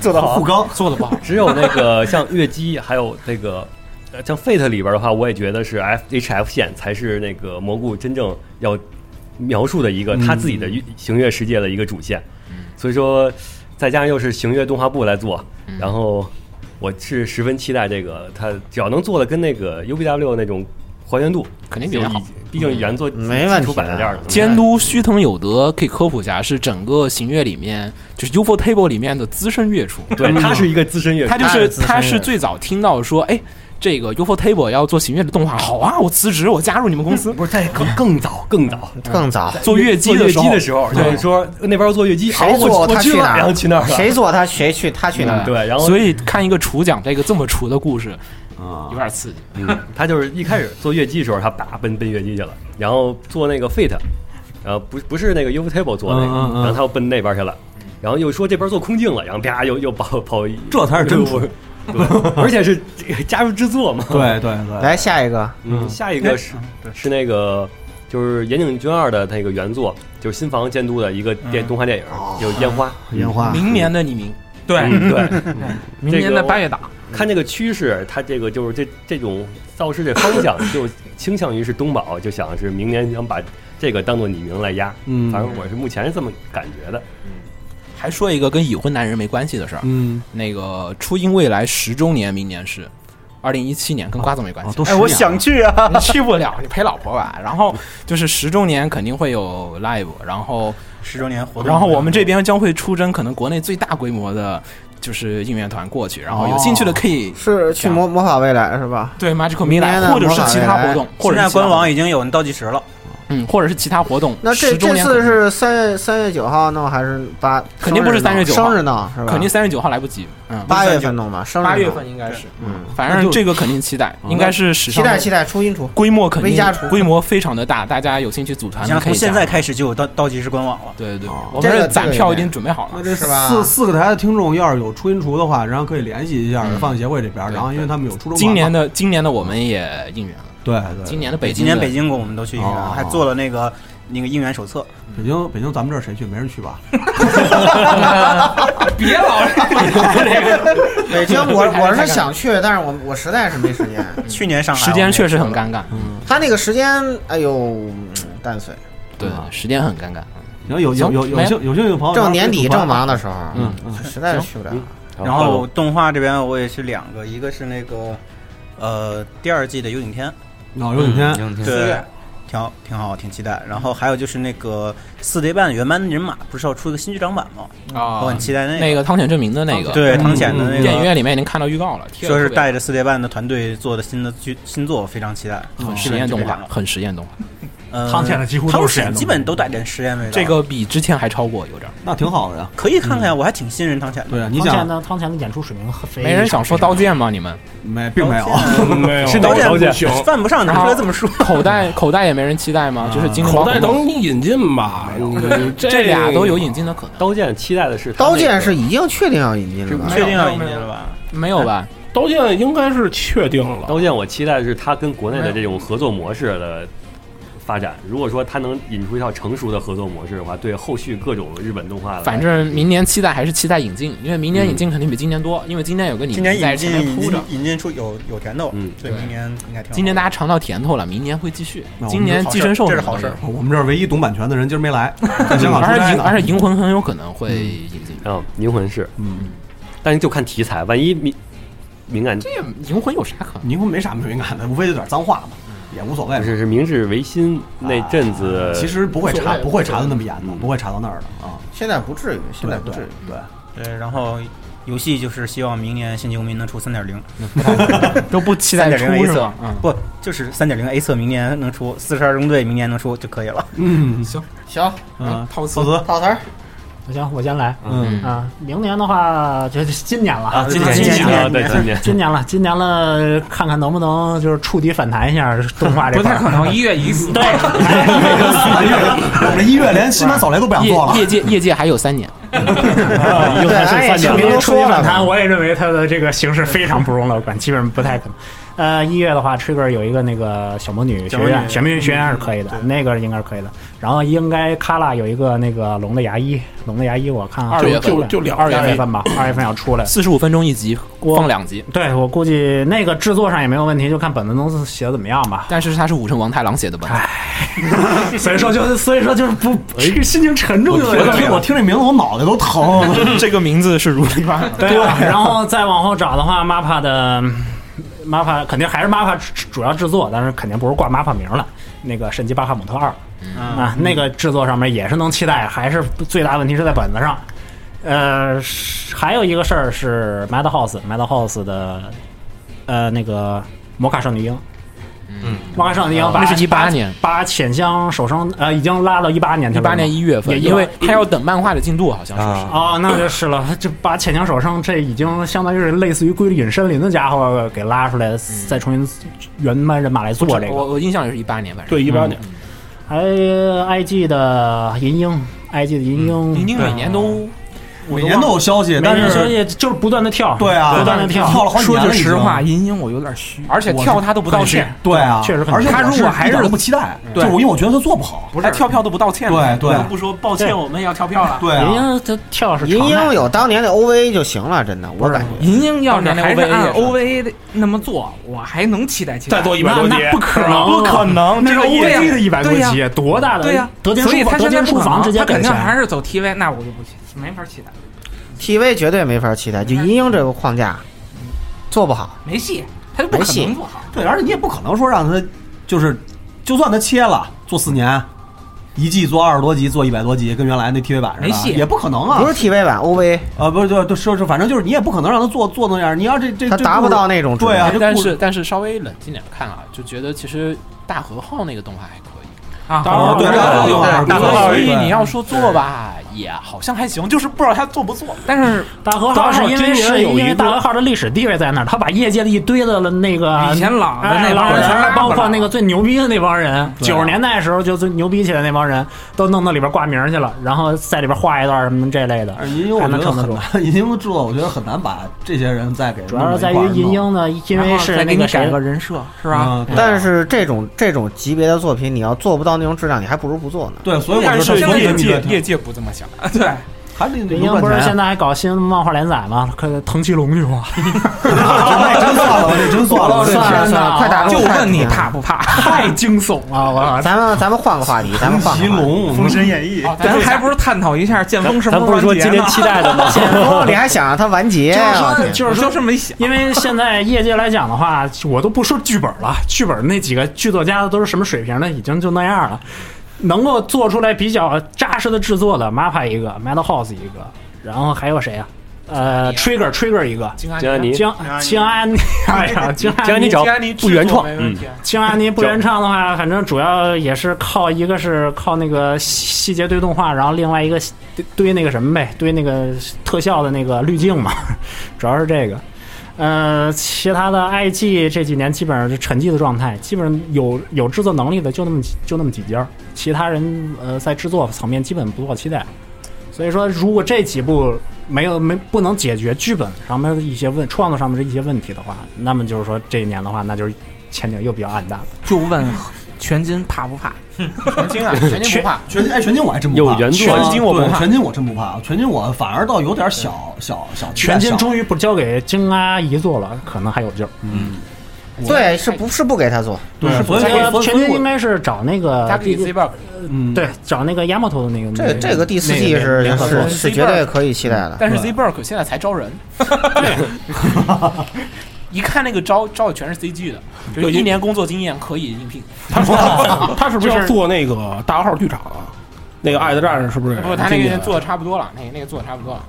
做得好护刚做得不好。啊啊只有那个像月姬，还有那个呃像 Fate 里边的话，我也觉得是 F H F 线才是那个蘑菇真正要描述的一嗯个他自己的呃行月世界的一个主线。所以说，再加上又是行月动画部来做，嗯然后我是十分期待这个，它只要能做的跟那个 UBW 那种还原度，肯定比它好。毕竟原作没问题啊基础摆在这儿了，监督须藤有德可以科普一下，是整个行乐里面就是 UFO Table 里面的资深乐厨。嗯对他是一个资深乐手他就他是是资深他乐是手最早听到说，哎，这个 UFO Table 要做行乐的动画，好啊，我辞职，我加入你们公 司。不是，在更更早更早更早做月姬嗯做的月姬的时候，就是说那边做月姬，谁好我做我他去去了哪儿然后去那儿了，嗯谁做他谁去他去哪儿？对，然后所以看一个厨讲这个这么厨的故事，啊有点刺激。嗯，他就是一开始做月姬的时候，他叭奔奔月姬去了，然后做那个 Fate，然后不不是那个 UFO Table 做那个，嗯嗯嗯然后他又奔那边去了，然后又说这边做空镜了，然后啪 又又跑跑，这才是真对， 而且是这个加入制作 嘛。对对对，来下一个，哎嗯，下一个是是那个就是岩井俊二的那个原作，就是新房监督的一个电动画电影，就是烟花。哦嗯烟花嗯明年的你明， 对嗯对， 明年的八月档，看这个趋势，它这个就是这这种造势这方向， 就倾向于是东宝，就想是明年想把这个当做拟名来压。嗯反正我是目前是这么感觉的。还说一个跟已婚男人没关系的事儿，嗯，那个初音未来十周年，明年是二零一七年，跟瓜子没哦关系。都哎，我想去啊，你去不 了，你陪老婆吧。然后就是十周年肯定会有 live，然后十周年活动。然后我们这边将会出征可能国内最大规模的，就是应援团过去，哦然后哦有兴趣的可以是去魔魔法未来是吧？对 Magical 明年 Mila，的或者是其他活魔法未动来，或者啊现是在其他官网已经有倒计时了，嗯，或者是其他活动。那这10周这年次肯定是三月三月九号弄还是八？肯定不是生3月日弄9号生日弄是吧？肯定三十九号来不及，嗯，八月份弄吧，生日弄八月份应该是，嗯，反正这个肯定期待，应该是史期上待期待初音出。规模肯微定加厨规模非常的大，大家有兴趣组团像的可从以现加在入开始就有倒倒计时官网了。对对对，我这们个是这攒个票有已经点准备好了。这是吧四四个台的听众要是有初音厨的话，然后可以联系一下嗯放协会这边，对然后因为他们有初中版嘛今年的今年的我们也应援了，对对，今年的北京今的年北京我们都去应援，哦还做了那个那个应援手册。嗯 北京北京咱们这儿谁去？没人去吧？别老 北京我我是想去，但是我我实在是没时 间。去年上海时间确实很赶。尴尬，他那个时间，哎呦，嗯淡碎。对，时间很尴尬。行，有有有有兴有兴趣的朋友，正年底正忙的时候，啊嗯，实在是去不了。然后动画这边我也是两个，一个是那个呃第二季的《有顶天》，哦脑有几天，对，挺好，挺好，挺期待。然后还有就是那个四叠半原班人马不是要出一个新剧场版吗？哦我啊很期待那那个汤浅证明的那个，嗯对汤浅的那电影个，院里面已经看到预告了，贴得说是特别好带着四叠半的团队做的新的剧新作，我非常期待。嗯嗯很嗯实验动画，很实验动画，呃，汤浅的几乎汤都是实验浅动画基本都带点实验味道。这个比之前还超过有点儿。嗯那挺好的呀。可以看看呀，我还挺信任汤浅的。对啊，你汤浅想的汤浅的演出水平很非常没人想说刀剑吗？你们没，并没有，没有是导刀演刀剑犯不上，你然后说这么说，口袋口袋也没人期待吗？啊就是精灵口宝袋可梦等你嗯引进吧，你哎这俩都有引进的可能，刀剑期待的是它刀那剑个是已经确定要引进了吧？确定要引进了 吧？没有吧？刀剑应该是确定了，哎刀剑，我期待的是它跟国内的这种合作模式的发展。如果说它能引出一套成熟的合作模式的话，对后续各种日本动画的，反 正明年期待还是期待引进，因为嗯明年引进肯定比今年多，因为今年有个你今年在引进前面引铺着进。引进出有有甜头，嗯对，对明年应该挺好。今年大家尝到甜头了，明年会继续那。我们今年寄生兽这是好事什么 我们这儿唯一懂版权的人今儿没来，在都香有，港出而且差银呢而且银魂很有可能会引进。啊，银魂是，嗯，但是就看题材，万一敏敏感，这银魂有啥可能？嗯你们没啥敏感的，无非就点脏话嘛，也无所不谓嘛。啊是是明治维新那阵子，呃其实不会查，不会查的那么严的，嗯不会查到那儿的啊。现在不至于，现在对不对至于。对，对，然后游戏就是希望明年《星际无名》能出三点零，都不期三待点出零 A 是测吧？嗯，不就是三点零 A 测，明年能出四十二中队，明年能出就可以了。嗯行，嗯，套词陶瓷，套词儿，行，我先来嗯，啊。明年的话，就是今年了啊，今今年今今年啊年对今年，今年了，今年了，看看能不能就是触底反弹一下动画这不块太儿。可能一月 一死。 对，我们的音乐连新版扫雷都不想业做了。业界业界还有三年， 已经对，算咱是哎也三听点明了都。春说节了反嘛，弹，我也认为它的这个形式非常不容乐观，基本上不太可能。呃，一月的话，Trigger 有一个那个小魔女学小魔女嗯院，小魔女学院是可以的，对那个应该是可以的。然后应该卡拉有一个那个龙的牙医，龙的牙医我看二月月份就就两二月月份份吧，二月份要出来。四十五分钟一集，我放两集，对我估计那个制作上也没有问题，就看本子公司写的怎么样吧。但是它是武城王太郎写的吧？所以说就是，所以说就是不，哎这个心情沉重就我听我听这名字，我脑袋都疼。 这个名字是如雷贯耳。对啊，然后再往后找的话，MAPPA 的 MAPPA 肯定还是 MAPPA 主主要制作，但是肯定不是挂 MAPPA 名了。那个《神奇巴哈姆特二》啊，嗯那个制作上面也是能期待，还是最大问题是在本子上。呃，是还有一个事儿是 Madhouse，Madhouse 的呃那个《魔卡少女樱》。嗯，魔卡少女樱把呃那是18年啊把浅香手生呃已经拉到一八年去了一嘛，八年一月份，也因为他要等漫画的进度，好像说是。啊，哦，那就是了，这把浅强手上这已经相当于是类似于归隐森林的家伙给拉出来，再重新原班人马 来做这个。我我印象里是一八年，反正嗯对，一八年还 IG 哎的银鹰，IG 的银鹰，林宁每年都每年都有消息，但但是是就是不断的跳，对啊，不断的跳。跳了好几说句年了已经实话，银鹰我有点虚，而且跳他都不道歉，对啊，确实很而且难我他如果是还一点是都不期待，对就是我因为我觉得他做不好。不是跳票都不道歉对对不说抱歉，我们要跳票了。对银啊，鹰它跳是银常态鹰有当年的 OVA 就行了，真的，我感觉。银鹰要是还是按当年 OVA 的那么做，我还能期待期待。再做一百多集那，不可能，不可能这那个啊个业绩的一百多对呀集，多大的？对呀、德间所以书房，他德现在间不书可房能直接他给肯定钱，还是走 TV，那我就不期没法期待， TV 绝对没法期待，就银鹰这个框架做不好。没戏，他就不可没戏能做好。对，而且你也不可能说让他就是，就算他切了做四年，一季做二十多集，做一百多集，跟原来那 TV 版似的，没戏也不可能啊。不是 TV 版 OVA，啊，不是，对，对，是是，反正就是你也不可能让他做做那样。你要这这它这达故不事到那种对啊，这但故事是但是稍微冷静点看啊，就觉得其实大和号那个动画还可以。啊，当然对当然有点大大和和号号所以对你要说做吧，也好像还行，就是不知道他做不做。但是大和号是因为当时哦是有一个因为大和号的历史地位在那儿，他把业界的一堆的那个以前老的哎那帮老人全全是拉包过括来那个最牛逼的那帮人，对啊九十年代的时候就最牛逼起来那帮人都弄到里边挂名去了，然后在里边画一段什么这类的而，银哎鹰我还觉能得撑得很住。难， 银鹰的制作我觉得很难把这些人再给主要是在弄于到一块儿银弄鹰呢，因为是再给那你个改谁个人设是吧？啊嗯，对但是这种这种级别的作品，你要做不到那种质量，你还不如不做呢。对，所以我觉但得是现在业业界界业界不这么想， 对，还得银得鹰赚不是钱现。在还搞新漫画连载吗？可藤崎龙去 吗？那真算了，这真算了，算了这算了，快打住！就快问你打住怕不怕？太惊悚了，我啊咱们咱们换个话题， 咱们换奇个话题。龙，神演义》哦咱还不是探讨一下剑锋什么咱时候不是说完结今天呢？期待的吗？哦你还想让它完结就是 啊？说，就是说，是没想，因为现在业界来讲的话，我都不说剧本了，剧本那几个剧作家都是什么水平的，已经就那样了。能够做出来比较扎实的制作的，MAPPA 一个，Madhouse 一个，然后还有谁啊？呃，Trigger Trigger 一个，金安金安妮，啊江金安妮，哎呀，金安金安妮找不原创，嗯，青安妮不原唱的话，反正主要也是靠一个是靠那个细细节堆动画，然后另外一个堆堆那个什么呗，堆那个特效的那个滤镜嘛， 主要是这个。呃，其他的 IG 这几年基本上是沉寂的状态，基本上有有制作能力的就那么几就那么几家，其他人呃在制作层面基本不抱期待。所以说，如果这几部没有没不能解决剧本上面的一些问创作上面的一些问题的话，那么就是说这一年的话，那就是前景又比较暗淡了。就问全金怕不怕？嗯全 金啊，全金不怕。哎全哎全金我还真不有怕，原作啊全全金金我我不怕全金我真不怕，全金我反而倒有点小小小期待全金小终于不交给京阿姨做了，可能还有嗯救。对，是不是不给他做？嗯对，所以这个所以全所以金应我该是找那个他可以 Z bug，嗯，对找那个亚麻头的那个。这这个第四季是那个是是是绝对可以期待的。嗯但是 Z bug 现在才招人。 一看那个招招的全是 CG 的，就是一年工作经验可以应聘。他说他是不是就要是做那个大和号剧场啊？那个《爱的战士》是不是？不，他那个做的差不多了，那个那个做的差不多了。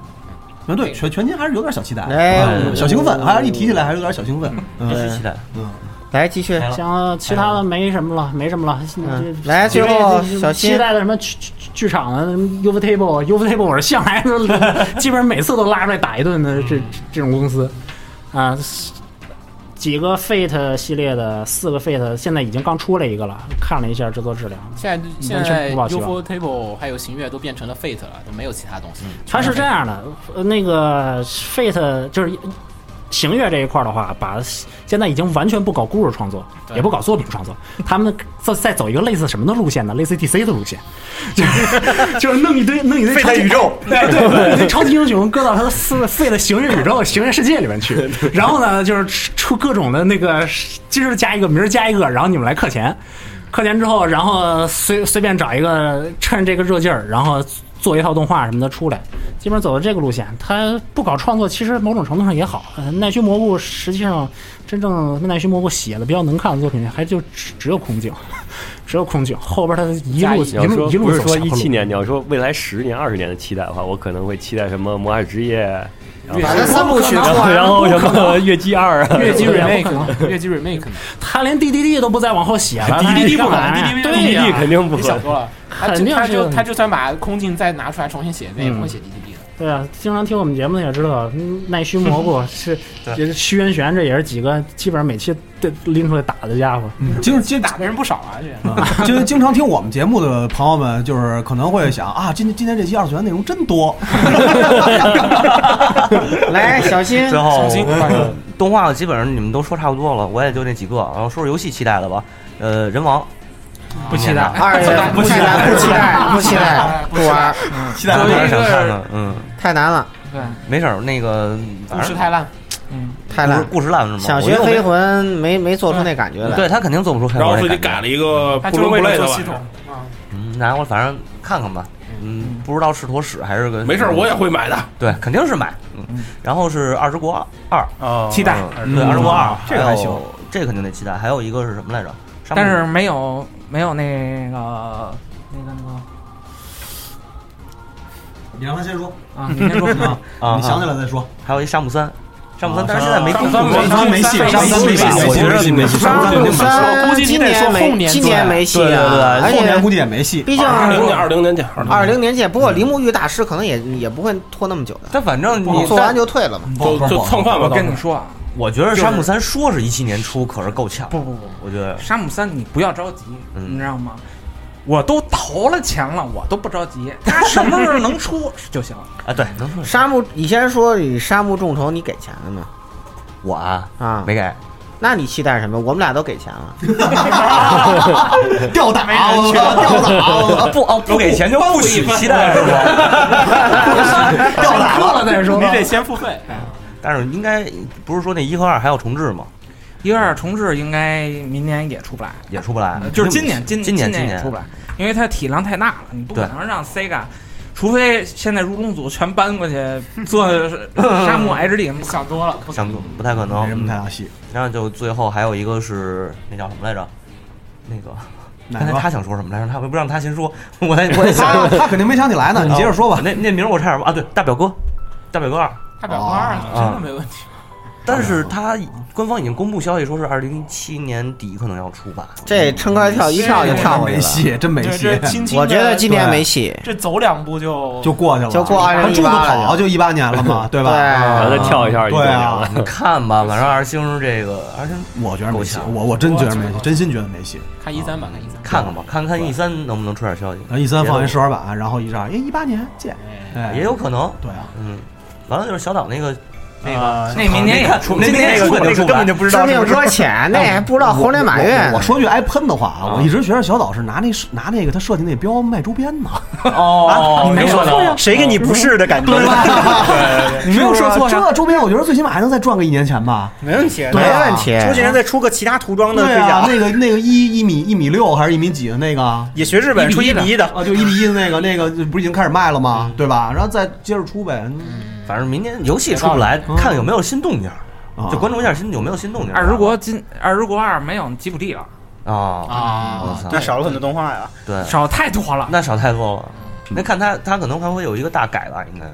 那啊对全全金还是有点小期待，哎嗯小兴奋，还是一提起来还是有点小兴奋，真是期嗯，待。来继续，像其他的没什么了，没什么了。嗯，来最后小期新，待的什么剧剧剧场啊，什么 UV Table，UV Table 我是向来 都嗯基本上每次都拉出来打一顿的这这种公司啊。几个 Fate 系列的四个 Fate，现在已经刚出了一个了，看了一下制作质量，现在现完在全不抱希 UFO 望。 Table 还有行月都变成了 Fate 了，都没有其他东西。它是这样的，呃那个 Fate 就是行月这一块儿的话，把现在已经完全不搞故事创作，对也不搞作品创作，他们再再走一个类似什么的路线呢？类似 DC 的路线， 就是就是 弄一堆弄一堆超级宇宙， 对对，把那超级英雄搁到他的四废的行人宇宙、行人世界里面去，然后呢，就是出各种的那个，今儿加一个，明儿加一个，然后你们来氪钱，氪钱之后，然后随随便找一个，趁这个热劲儿，然后做一套动画什么的出来，基本上走的这个路线。他不搞创作，其实某种程度上也好。呃奈须蘑菇实际上真正奈须蘑菇写的比较能看的作品，还就只只有空镜， 只有空镜，后边他一路你一要路说一路不是走说下坡一路七年，你要说未来十年、二十年的期待的话，我可能会期待什么《魔法之夜》，然后把它三部曲然出后完，然后什 么《月 姬二》 啊，月姬不可能不可 remake，月姬 remake 啊呢？ 他连 DDD 都不再往后写了 DDD 不不可能来， ，DDD 对呀弟肯定不你会想。多了，他肯就定他是就他就算把空镜再拿出来重新写一遍，也不会写 D D D 的。对啊，经常听我们节目的也知道，嗯奈须蘑 菇是也是虚渊玄，这也是几个基本上每期都拎出来打的家伙。嗯经经打的人不少 啊，这人经经常听我们节目的朋友们，就是可能会想啊，今天今天这期二次元内容真多， 来，小新最后小心动画基本上你们都说差不多了，我也就那几个，然后说说游戏期待的吧。呃，人王不期待。二月不期待，不期待，不期待，不玩儿，期待我不有到点想看看，嗯，太难了，对，没事儿，那个故事太烂，太故事烂。故事烂是吗？想我学觉得我黑没嗯魂没没做出那感觉来，对他肯定做不出黑然后魂自那己感觉改了一个他不就是伦不为了类的做玩系意统儿。啊。嗯，然后我反正看看吧，嗯，不知道是坨屎还是个嗯没事儿，我也会买的。对，肯定是买。嗯，然后是《二之国二哦》，期待嗯对《二之国二》，这个还有行，这个肯定得期待。还有一个是什么来着？上但是部没有没有那个那个那个你让他先说，啊，你 先说啊，啊，你想起来再说。还有一上木三，上木三，但是现在没上公木布三没上没戏，上三没戏，我觉得没戏，上五没戏，三估计你今得年说后没年今做年没戏啊，而后年且估计也没戏。毕竟二零年，二零年见，二零年见，不过铃木玉大师可能也也不会拖那么久的，但反正你你做完就退了嘛。就就蹭饭吧。我跟到你时说啊，我觉得山姆三说是一七年出，可是够呛。不不不，我觉得沙姆三你不要着急，嗯你知道吗？我都投了钱了，我都不 着急，他什么时候能出就行。啊，对，能说沙漠，你先说你沙漠众筹，你给钱了吗？我啊啊，没给，那你期待什么？我们俩都给 钱了，吊打我，吊打我，不哦不给钱就不许期待是吗？吊打了再说。你得先付费。但是应该不是说那一和二还要重置吗？ 一个二重置应该明年也出不来，呃也出不来，就是今年今今年啊今也出不来，因为它体量太大了，你不可能让 Sega。除非现在入冬组全搬过去做沙 漠 HD，想多了，想不太可没什能。么太大戏，然后就最后还有一个是那叫什么来着？那个哪刚才个？他想说什么来着？他不让他先说， 我在我在想嗯他他肯定没想起来呢，你接着说吧。那那名儿我差点忘啊，对，大表哥，大表哥二。啊大表哥二真的没问题。 但是他官方已经公布消息说是二零一七年底可能要出吧，这撑杆嗯跳一跳就跳过去没了。戏，真没戏， 我觉得今年没戏，这走两步就就过去了，就过2018住个好，啊就一八年了嘛，对对吧？然后再跳一下，对啊，，看吧，反正二星这个二星我觉得没戏够，呛我我真觉得没戏，真心觉得没戏。看一三吧，看一三。看看吧，看看 E 三能不能出点消息，然后一呃，E 三放一试玩版，然后一上，哎，一八年见，哎，也有可能。对啊，嗯，完了就是小岛那个那个啊，那明年也出，那今年也那出个不那了。个根本就不知道吃命搁浅，那还不知道猴年马月啊我呢。说句挨喷的话啊，我一直觉得小岛是拿那拿那个他设计那标卖周边呢，哦，没说错呀谁给你不是的感觉？ 你没有说错这周边我觉得最起码还能再赚个一年钱吧？没问题。没对啊问题，出现人再出个其他涂装的对盔啊，甲，那个那个一一米一米六还是一米几的那个啊，也学日本出一比一的，就一比一的那个那个不是已经开始卖了吗？对吧？然后再接着出呗，嗯反正明年游戏出不来，看看有没有新动静儿，啊就关注一下新有没有新动静儿。二十国啊今二十国二没有吉卜力了，啊啊，我操那少了很多动画呀。对，少太多了。那少太多了。嗯那看他，他可能还会有一个大改吧，应该。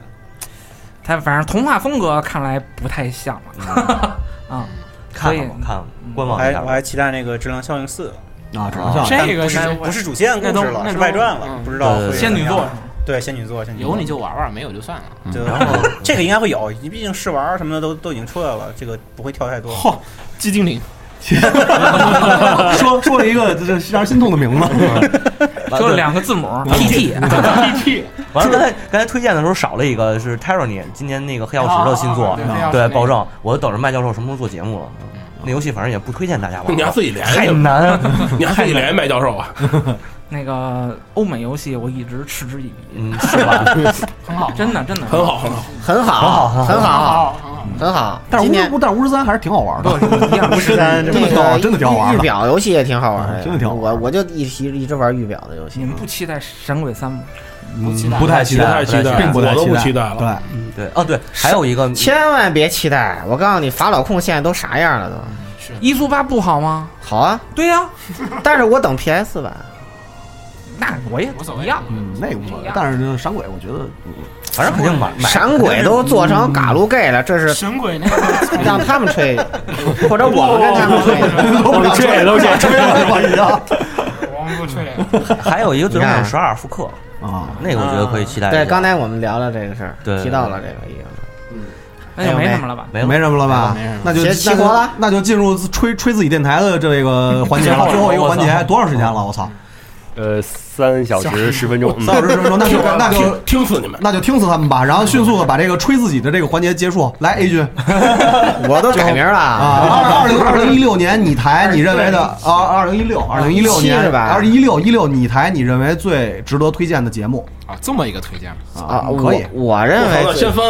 它反正童话风格看来不太像了 啊。看所以看嗯吧，看吧，嗯观我望一还下我吧。还期待那个《质量效应四啊，只能像这个但不是那不是主线故事了，是外传了，不知道会对怎仙么女样座，对仙女座，仙女座嗯有你就玩玩，没有就算了。就然后这个应该会有，你毕竟试玩什么的都都已经出来了，这个不会跳太多。嚯，寂静岭， 说说了一个这这让人心痛的名字，哎就两个字 母啊 PT， 完了，刚才刚才推荐的时候少了一个是 Tyranny，今年那个黑曜石的新作，哦哦哦对黑曜石对那个嗯暴政，我等着麦教授什么时候做节目了。那游戏反正也不推荐大家玩，你要自己连太难。哎 你还得连麦 教授啊？ 那个欧美游戏我一直嗤之以鼻，嗯，是 吧？很好，真的真的很。好，很好。很好，很好，很好，很好。但是今巫年师但是巫师三还是挺好玩的，巫师三真的挺好玩真的挺好玩日的表游戏也挺好玩的，嗯真的挺好玩我我就一直一直玩预表的游戏你。们不期待《神鬼三》吗？嗯期待不太期不太期待并不太我都不期期待对了，对，哦对，还有一个千万别期待！我告诉你，法老控现在都啥样了都？一速八不好吗？好啊，对呀、但是我等 PS 版。那我也无所谓一样。嗯，那个无 所谓。但是闪鬼，我觉得反正肯定买买闪鬼都做成嘎鲁 gay 了，这是神鬼那个让他们吹，或者我们跟他们吹。都这也都这样吹了吧已经我们不吹，呃还有一个最终你幻看想十二复刻，啊，那个我觉得可以期待一下。对，刚才我们聊了这个事儿对，对提到了这个已经。那也没什么了吧？没没什么了吧没什么？那就写那齐就活了那就进入吹吹自己电台的这个环节了，最后一个环节，多长时间了？我操，呃，三小时十分钟，嗯三小时十分钟，那就 那就听听死你们！那就听死他们吧，然后迅速的把这个吹自己的这个环节结束。来，A 君我都改名了啊，二二零二零一六年你台你认为的啊，二零一六二零一六七年是吧二零一六一六你台你认为最值得推荐的节目啊，这么一个推荐，啊啊！，可以。我我认为我先翻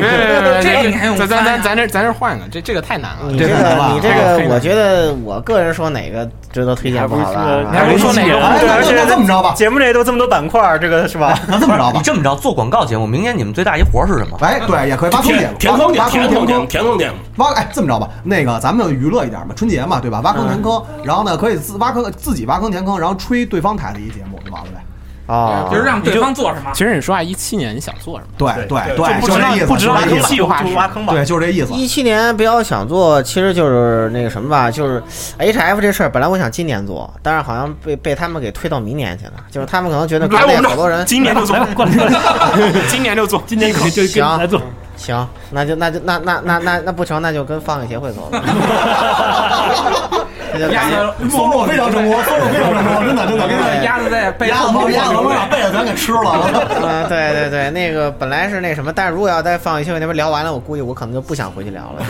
别别我。别 别，这个别你还用咱猜咱咱啊咱这咱这换个，这这个太难了你。这嗯这太难个了你这太个，难我觉得我个人说哪个值得推荐不好吧？你还没说哪个哎，那而且那这么着吧，节目这都这么多板块儿，这个是吧？那这么着吧哎你，这么着做广告节目，明年你们最大一活是什么？哎，对，也可以挖坑田点，田挖坑点，挖坑田坑填点，坑。田坑点，挖哎，这么着吧，那个咱们娱乐一点嘛，春节嘛，对吧？挖坑填坑，嗯然后呢，可以自挖坑自己挖坑填坑，然后吹对方台的一节目就完了呗。啊，就是让对方做什么？其实你说啊，一七年你想做什么？对对就对，不就知这道意思，不知道就这你意思计划是挖坑吧。对，就是这意思。一七年不要想做，其实就是那个什么吧，就是 H F 这事儿，本来我想今年做，但是好像被被他们给推到明年去了。就是他们可能觉得国内好多人今年就做，过来过来，今年就 做，今年就就行来做，行，那就那就那那那那那不成，那就跟放映协会走了。那就赶紧搜罗非常成功，搜罗非常成功，真的 真的，跟鸭子在背鸭后子摸猫着鸭子猫我让被子全给吃了。 啊，对对对，那个本来是那什么，但是如果要再放一休息那边聊完了，我估计我可能就不想回去聊了。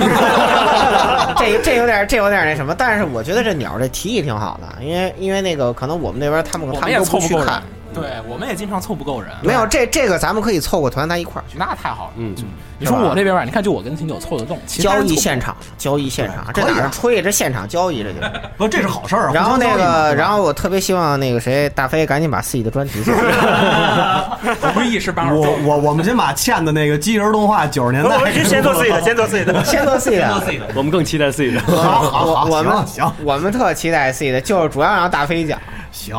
这这有点这有点那什么，但是我觉得这鸟儿这提议挺好的，因为因为那个可能我们那边他们我他们们也都凑不不去够人看，，对，我们也经常凑不够人。啊没有这这个咱们可以凑个团，咱一块儿去那太好了，嗯，你说我这边吧，你看就我跟秦九凑得动，其他交人易凑不现场，交易现场，可这以啊哪是吹，这现场交易这就是。不，这是 好事儿啊。然后互相那交易嘛个，对吧然后我特别希望那个谁，大飞赶紧把自己的专题做 出来。不是一时半会我儿。我我们先把欠的那个机器人动画九十年代，我们先做自 己的，先做自己的。先做自己的，我们更期待自己的。好好好，我我们行行我们特期待 C 的，就是主要让大飞讲，行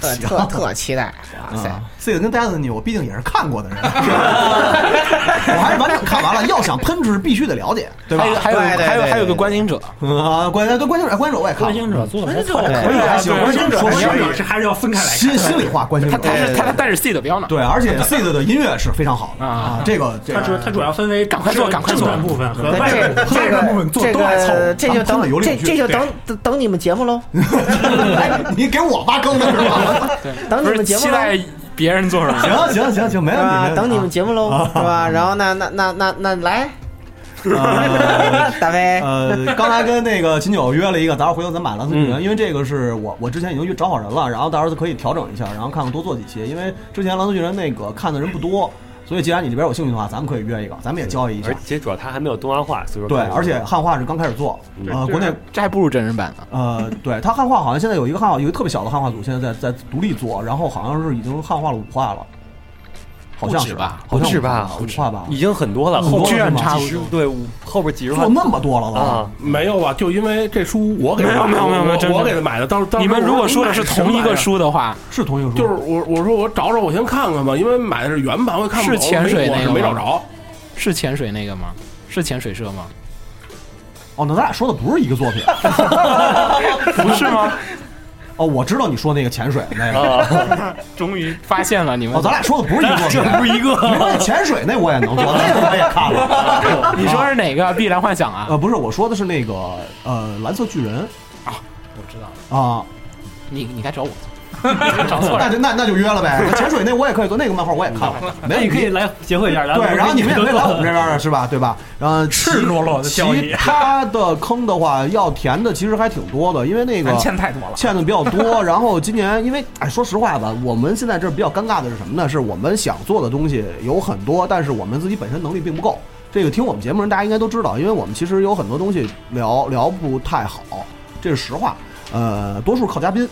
特行特特期待，哇塞！啊，这个跟呆子你，我毕竟也是看过的人，我还是完整看完了。要想喷是必须得了解，对吧还有？还有对对还有对还有个对观影者，啊，关键跟关键者关键者我也看关了，心者做的可以啊还行，啊关键者关心还行者是还是要分开来看。心心里话，关键他者他对是对他他带着 C 的标呢，对，而且 Seed 的音乐是非常好的啊啊，这个哎这它主个它主要分为赶快做赶快做部分和那外这部这外部部分个做这都爱凑。个这就咱们等有理有这据这就等等等你们节目喽，哎你给我挖坑的是吧？等不你是们节目期喽，待别人做什么。行啊行行行，没是问题没问吧？题，等你们节目喽，是吧？然后那那那那那来，大飞，呃，刚才跟那个秦九约了一个，咱回头咱买蓝色巨人，嗯因为这个是我我之前已经约找好人了，然后到时候可以调整一下，然后看看多做几期，因为之前蓝色巨人那个看的人不多，所以既然你这边有兴趣的话，咱们可以约一个，咱们也交易一下而。且主要它还没有动画化，所以说对，而且汉化是刚开始做，嗯呃，国内这还不如真人版呢。呃，对，它汉化好像现在有一个汉化，有一个特别小的汉化组，现在在在独立做，然后好像是已经汉化了五话了，好像不是止吧好像不止吧五话吧，已经很多了，很后多边了是吗几十对五后边几十做万那么多了了啊，，没有吧？就因为这书我给没有没有没有没有我真的我给他买的。当时当时你们如我果说的是同一买个的书的话，是同一个书，就是我我说我找找我先看看吧，因为买的是原版，我也看不是懂潜水我那是个没找吗着。是潜水那个吗？是潜水社吗？哦，那咱俩说的不是一个作品。不是吗？ 哦，我知道你说那个潜水那个，啊终于发现了你们。 哦，咱俩说的不是一个，啊 这不是一个。你说潜水那我也 能做，那个我也看了。你说是哪个《碧蓝幻想》啊？呃，不是，我说的是那个呃，《蓝色巨人》啊，我知道了啊。你你该 找我。找错那就那那就约了呗。潜水那我也可以做，那个漫画我也看了。没有，你可以来协会一下。对，然后你们也可以来我们这边的是吧？对吧？然后赤裸裸的其他的坑的话，要填的其实还挺多的，因为那个欠太多了，欠的比较多。 然后今年，因为哎，说实话吧，我们现在这比较尴尬的是什么呢？是我们想做的东西有很多，但是我们自己本身能力并不够。这个听我们节目人大家应该都知道，因为我们其实有很多东西聊 聊不太好，这是实话。呃，多数靠嘉宾。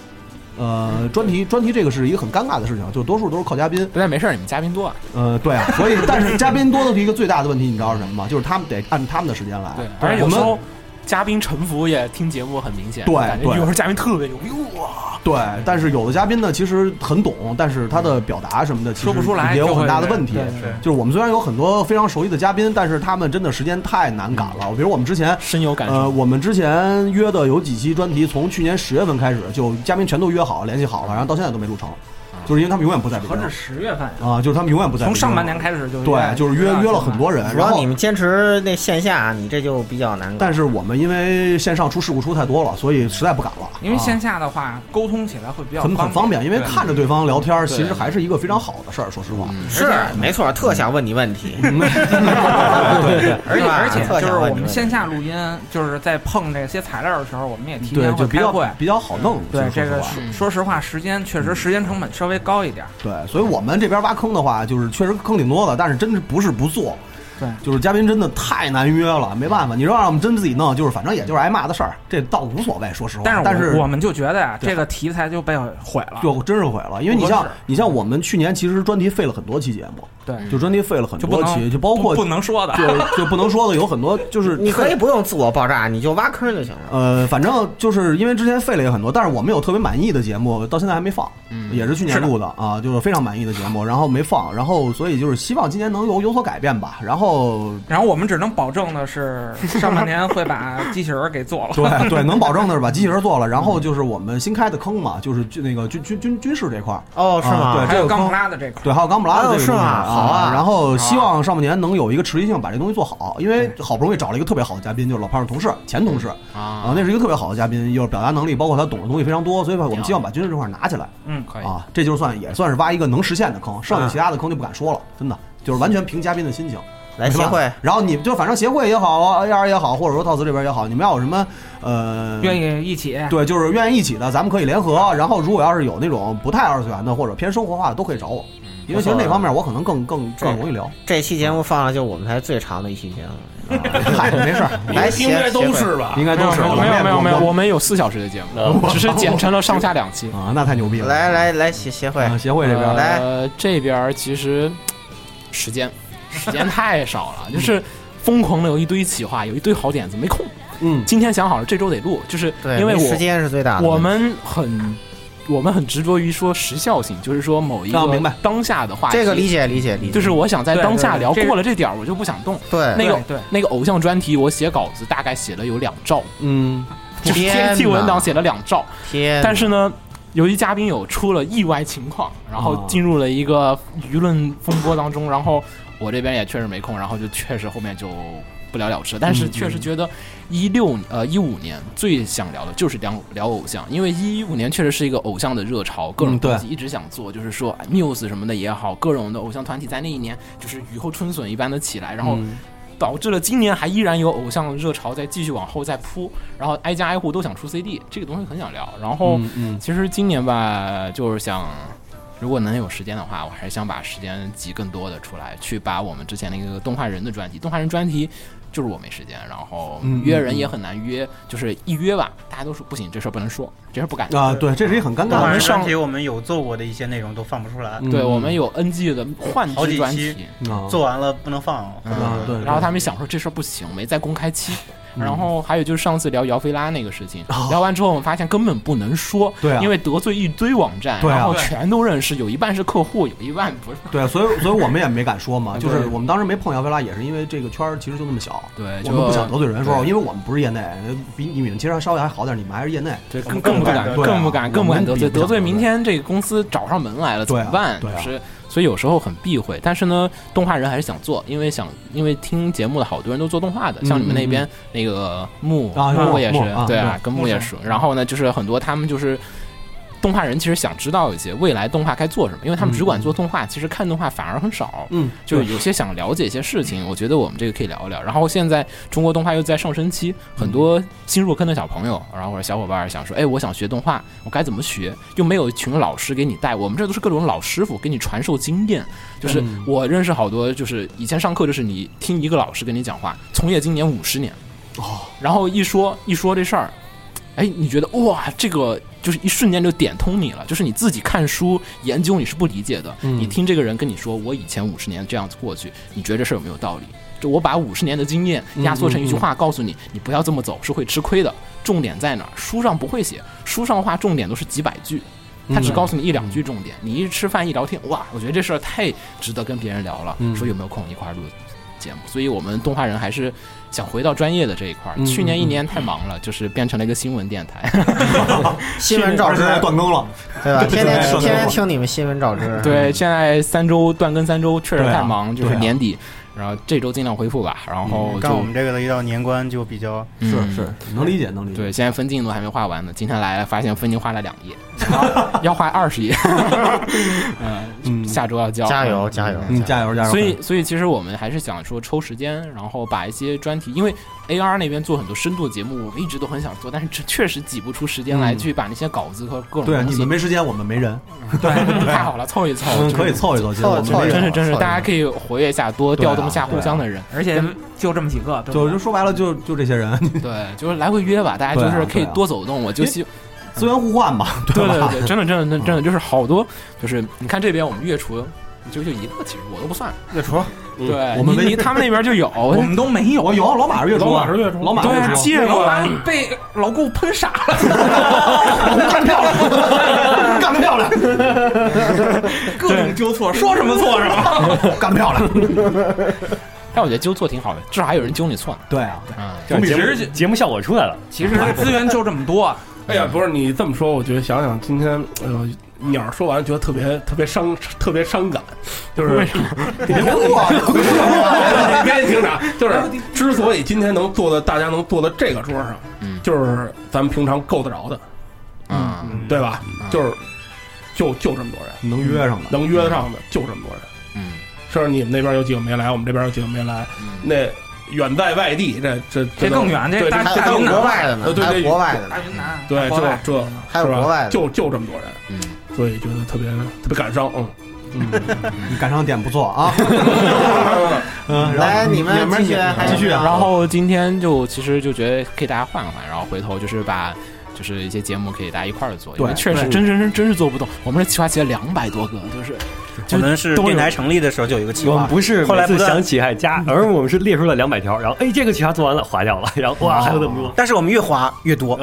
呃，专题专题这个是一个很尴尬的事情，就多数都是靠嘉宾。但没事儿，你们嘉宾多、啊。呃，对啊，所以但是嘉宾多的一个最大的问题，你知道是什么吗？就是他们得按他们的时间来。对， 而且有时候嘉宾沉浮也听节目很明显。对，有时候嘉宾特别牛哎逼哇。对，但是有的嘉宾呢，其实很懂，但是他的表达什么的，说不出来，也有很大的问题。是，就是我们虽然有很多非常熟悉的嘉宾，但是他们真的时间太难赶了。比如我们之前深有感受，呃，我们之前约的有几期专题，从去年十月份开始，就嘉宾全都约好、联系好了，然后到现在都没录成，就是因为他们永远不在北何京。止十月份啊？就是他们永远不在。从上半年开始就对，就是约约了很多人。然后你们坚持那线下，你这就比较难。但是我们因为线上出事故出太多了，所以实在不敢了。因为线下的话，沟通起来会比较很很方便，因为看着对方聊天，其实还是一个非常好的事儿。说实话，嗯是没错，特想问你问题。而且而且就是我们线下录音，就是在碰这些材料的时候，我们也提前会开会，比较好弄。对这个说实话，时间确实时间成本稍微高一点。对，所以我们这边挖坑的话，就是确实坑挺多的，但是真是不是不做。对，就是嘉宾真的太难约了，没办法。你说让我们真自己弄，就是反正也就是挨骂的事儿，这倒无所谓。说实话，但是但是我们就觉得呀，这个题材就被毁了，就真是毁了。因为你像你像我们去年其实专题废了很多期节目，对，就专题废了很多期，就包括哎不能说的，就就不能说的有很多， 就是你可以不用自我爆炸，你就挖坑就行了。呃，反正就是因为之前废了也很多，但是我们有特别满意的节目，到现在还没放，嗯也是去年录的啊，就是非常满意的节目，然后没放，然后所以就是希望今年能有有所改变吧，然后。哦，然后我们只能保证的是，上半年会把机器人给做了。 对对，能保证的是把机器人做了。然后就是我们新开的坑嘛，就是军那个军军军军事这块儿。啊 哦，是吗？哦对，还有冈布拉的这块。对，还有冈布拉的这个是吗？好啊。然后希望上半年能有一个持续性把这东西做好，因为好不容易找了一个特别好的嘉宾，就是老胖的同事，前同事嗯啊，那是一个特别好的嘉宾，又是表达能力，包括他懂的东西非常多，所以我们希望把军事这块拿起来。嗯，可以啊，这就算也算是挖一个能实现的坑，嗯剩下其他的坑就不敢说了，真的就是完全凭嘉宾的心情。来协会，然后你就反正协会也好，AR 也好，或者说套词这边也好，你们要有什么呃嗯愿意一起对，就是愿意一起的，咱们可以联合。然后如果要是有那种不太二次元的或者偏生活化的，都可以找我，因为其实那方面我可能更更更容 易聊。这期节目放了，就我们台最长的一期节目，嗨，没事， 来应该都是吧？应该都是。没有没有没有，我们有四小时的节目，只是剪成了上下两期啊，那太牛逼了！来来来，协协会啊呃协会这边来，呃这边其实时间。时间太少 了，就是疯狂的有一堆企划，有一堆好点子，没空。嗯，今天想好了，这周得录，就是因为我时间是最大的。嗯我们很，我们很执着于说时效性，就是说某一个当下的话题。这个理解理解理解。就是我想在当下聊过了这点儿，我就不想动。对，那个对那个偶像专题，我写稿子大概写了有两兆，嗯，就天气文档写了两兆。天，但是呢。由于嘉宾有出了意外情况，然后进入了一个舆论风波当中，然后我这边也确实没空，然后就确实后面就不了了之。但是确实觉得一六呃一五年最想聊的就是聊聊偶像，因为一五年确实是一个偶像的热潮，各种东西一直想做，就是说 Muse 什么的也好，各种的偶像团体在那一年就是雨后春笋一般的起来，然后。嗯导致了今年还依然有偶像热潮在继续往后再扑，然后挨家挨户都想出 CD，这个东西很想聊。然后，嗯其实今年吧，就是想，如果能有时间的话，我还是想把时间挤更多的出来，去把我们之前那个动画人的专题，动画人专题就是我没时间，然后嗯约人也很难约，就是一约吧，大家都说不行，这事儿不能说，这事儿不敢啊，对，这是一很尴尬。我们上题我们有做过的一些内容都放不出来，对我们有 NG 的换制专题，嗯做完了不能放，嗯，对。然后他们想说这事儿不行，没在公开期，然后还有就是上次聊姚菲拉那个事情，聊完之后我们发现根本不能说，哦对啊因为得罪一堆网站，对啊然后全都认识，有一半是客户，有一半不是。对，所以所以我们也没敢说嘛，对就是我们当时没碰姚菲拉，也是因为这个圈儿其实就那么小，对我们就不想得罪人，说哦对因为我们不是业内，比你们其实还稍微还好点，你们还是业内，对，我们更更不敢，对啊更不敢，更不敢得罪，我们比不得想罪明天这个公司找上门来了怎对啊么办？对啊就是所以有时候很避讳，但是呢，动画人还是想做，因为想因为听节目的好多人都做动画的，嗯像你们那边嗯那个木啊木木也是木啊对啊，对跟木也木熟。然后呢，就是很多他们就是。动画人其实想知道一些未来动画该做什么，因为他们只管做动画，其实看动画反而很少。嗯，就有些想了解一些事情，我觉得我们这个可以聊一聊。然后现在中国动画又在上升期，很多新入坑的小朋友，然后或者小伙伴想说，哎，我想学动画，我该怎么学？又没有一群老师给你带，我们这都是各种老师傅给你传授经验。就是我认识好多，就是以前上课就是你听一个老师跟你讲话，从业今年五十年，哦，然后一说一说这事儿，哎，你觉得哇，这个就是一瞬间就点通你了，就是你自己看书研究你是不理解的，嗯你听这个人跟你说，我以前五十年这样子过去，你觉得这事儿有没有道理？就我把五十年的经验压缩成一句话，告嗯诉你，你不要这么走，是会吃亏的。重点在哪儿？书上不会写，书上的话重点都是几百句，嗯他只告诉你一两句重点。你一吃饭一聊天，哇，我觉得这事儿太值得跟别人聊了。嗯说有没有空一块儿录节目？所以我们动画人还是想回到专业的这一块儿。嗯去年一年太忙了，就是变成了一个新闻电台。新闻照而知且，还断更了，对吧？天天对天天听你们新闻照知，对，现在三周断更三周确实对啊太忙，就是对啊年底，然后这周尽量恢复吧。然后但我就们这个的一到年关就比较嗯是是能理解能理解，对，现在分镜都还没画完呢。今天来了，发现分镜画了两页，要画二十页。嗯下周要交，加油加油！嗯加油加油，所以，所以其实我们还是想说抽时间，然后把一些专题，因为 AR 那边做很多深度节目，我们一直都很想做，但是这确实挤不出时间来嗯去把那些稿子和各种对啊东你西们。没时间，我们没人， 对，太好了，凑一凑嗯，就是可以凑一凑，其实凑我一们凑没一人真是真是，凑一大家可以活跃一下，多对啊调动一下对啊互相的人。而且就这么几个，对不就对就说白了，就就这些人，对，就是来回约吧，大家就是可对以啊对啊多走动。我就希资源互 换嘛，对吧？对对，真的真的真的就是好多，就是你看这边我们月厨就就一个，其实我都不算。月厨，对，我们你唯你他们那边就有，我们都没有。我有老马是月初，老马是月初老马对是啊月，初，借老过来板。被老顾喷傻了，干漂亮，干漂 亮，各种纠错，说什么错什么。 干漂亮，但我觉得纠错挺好的，至少还有人纠你错呢。对啊，嗯，这样节总比目节目效果出来了，其实资源就这么多，啊 哎呀，不是你这么说，我觉得想想今天，呃，鸟儿说完觉得特别特别伤，特别伤感，就是为啥？ 别别别听着，啊 哎就是之所以今天能坐在大家能坐在这个桌上，嗯就是咱们平常够得着的，啊嗯对吧？就是就就这么多人，能约上的，能约得上的就这么多人。嗯是你们那边有几个没来，我们这边有几个没来，嗯，那远在外地，这这这更远，这对大还大有云还有国南，外的呢呃，对还有对国外的呢大，云南，对，国外这这还有是吧 国外的就就这么多人，嗯，所以觉得特别特别感伤，嗯。你赶上点不错 啊。嗯，然后来你们们继续还继续啊，然后今天就其实就觉得可以大家换换，然后回头就是把。就是一些节目可以大家一块儿做，因为对确实对真真真真是做不动。我们这企划起了两百多个，就是我们是都有电台成立的时候就有一个计我划们，不是后来每次不断想起还加，而我们是列出了两百条，然后哎，这个其他做完了划掉了，然后哇，还有那么多。哦呃但是我们越滑越多。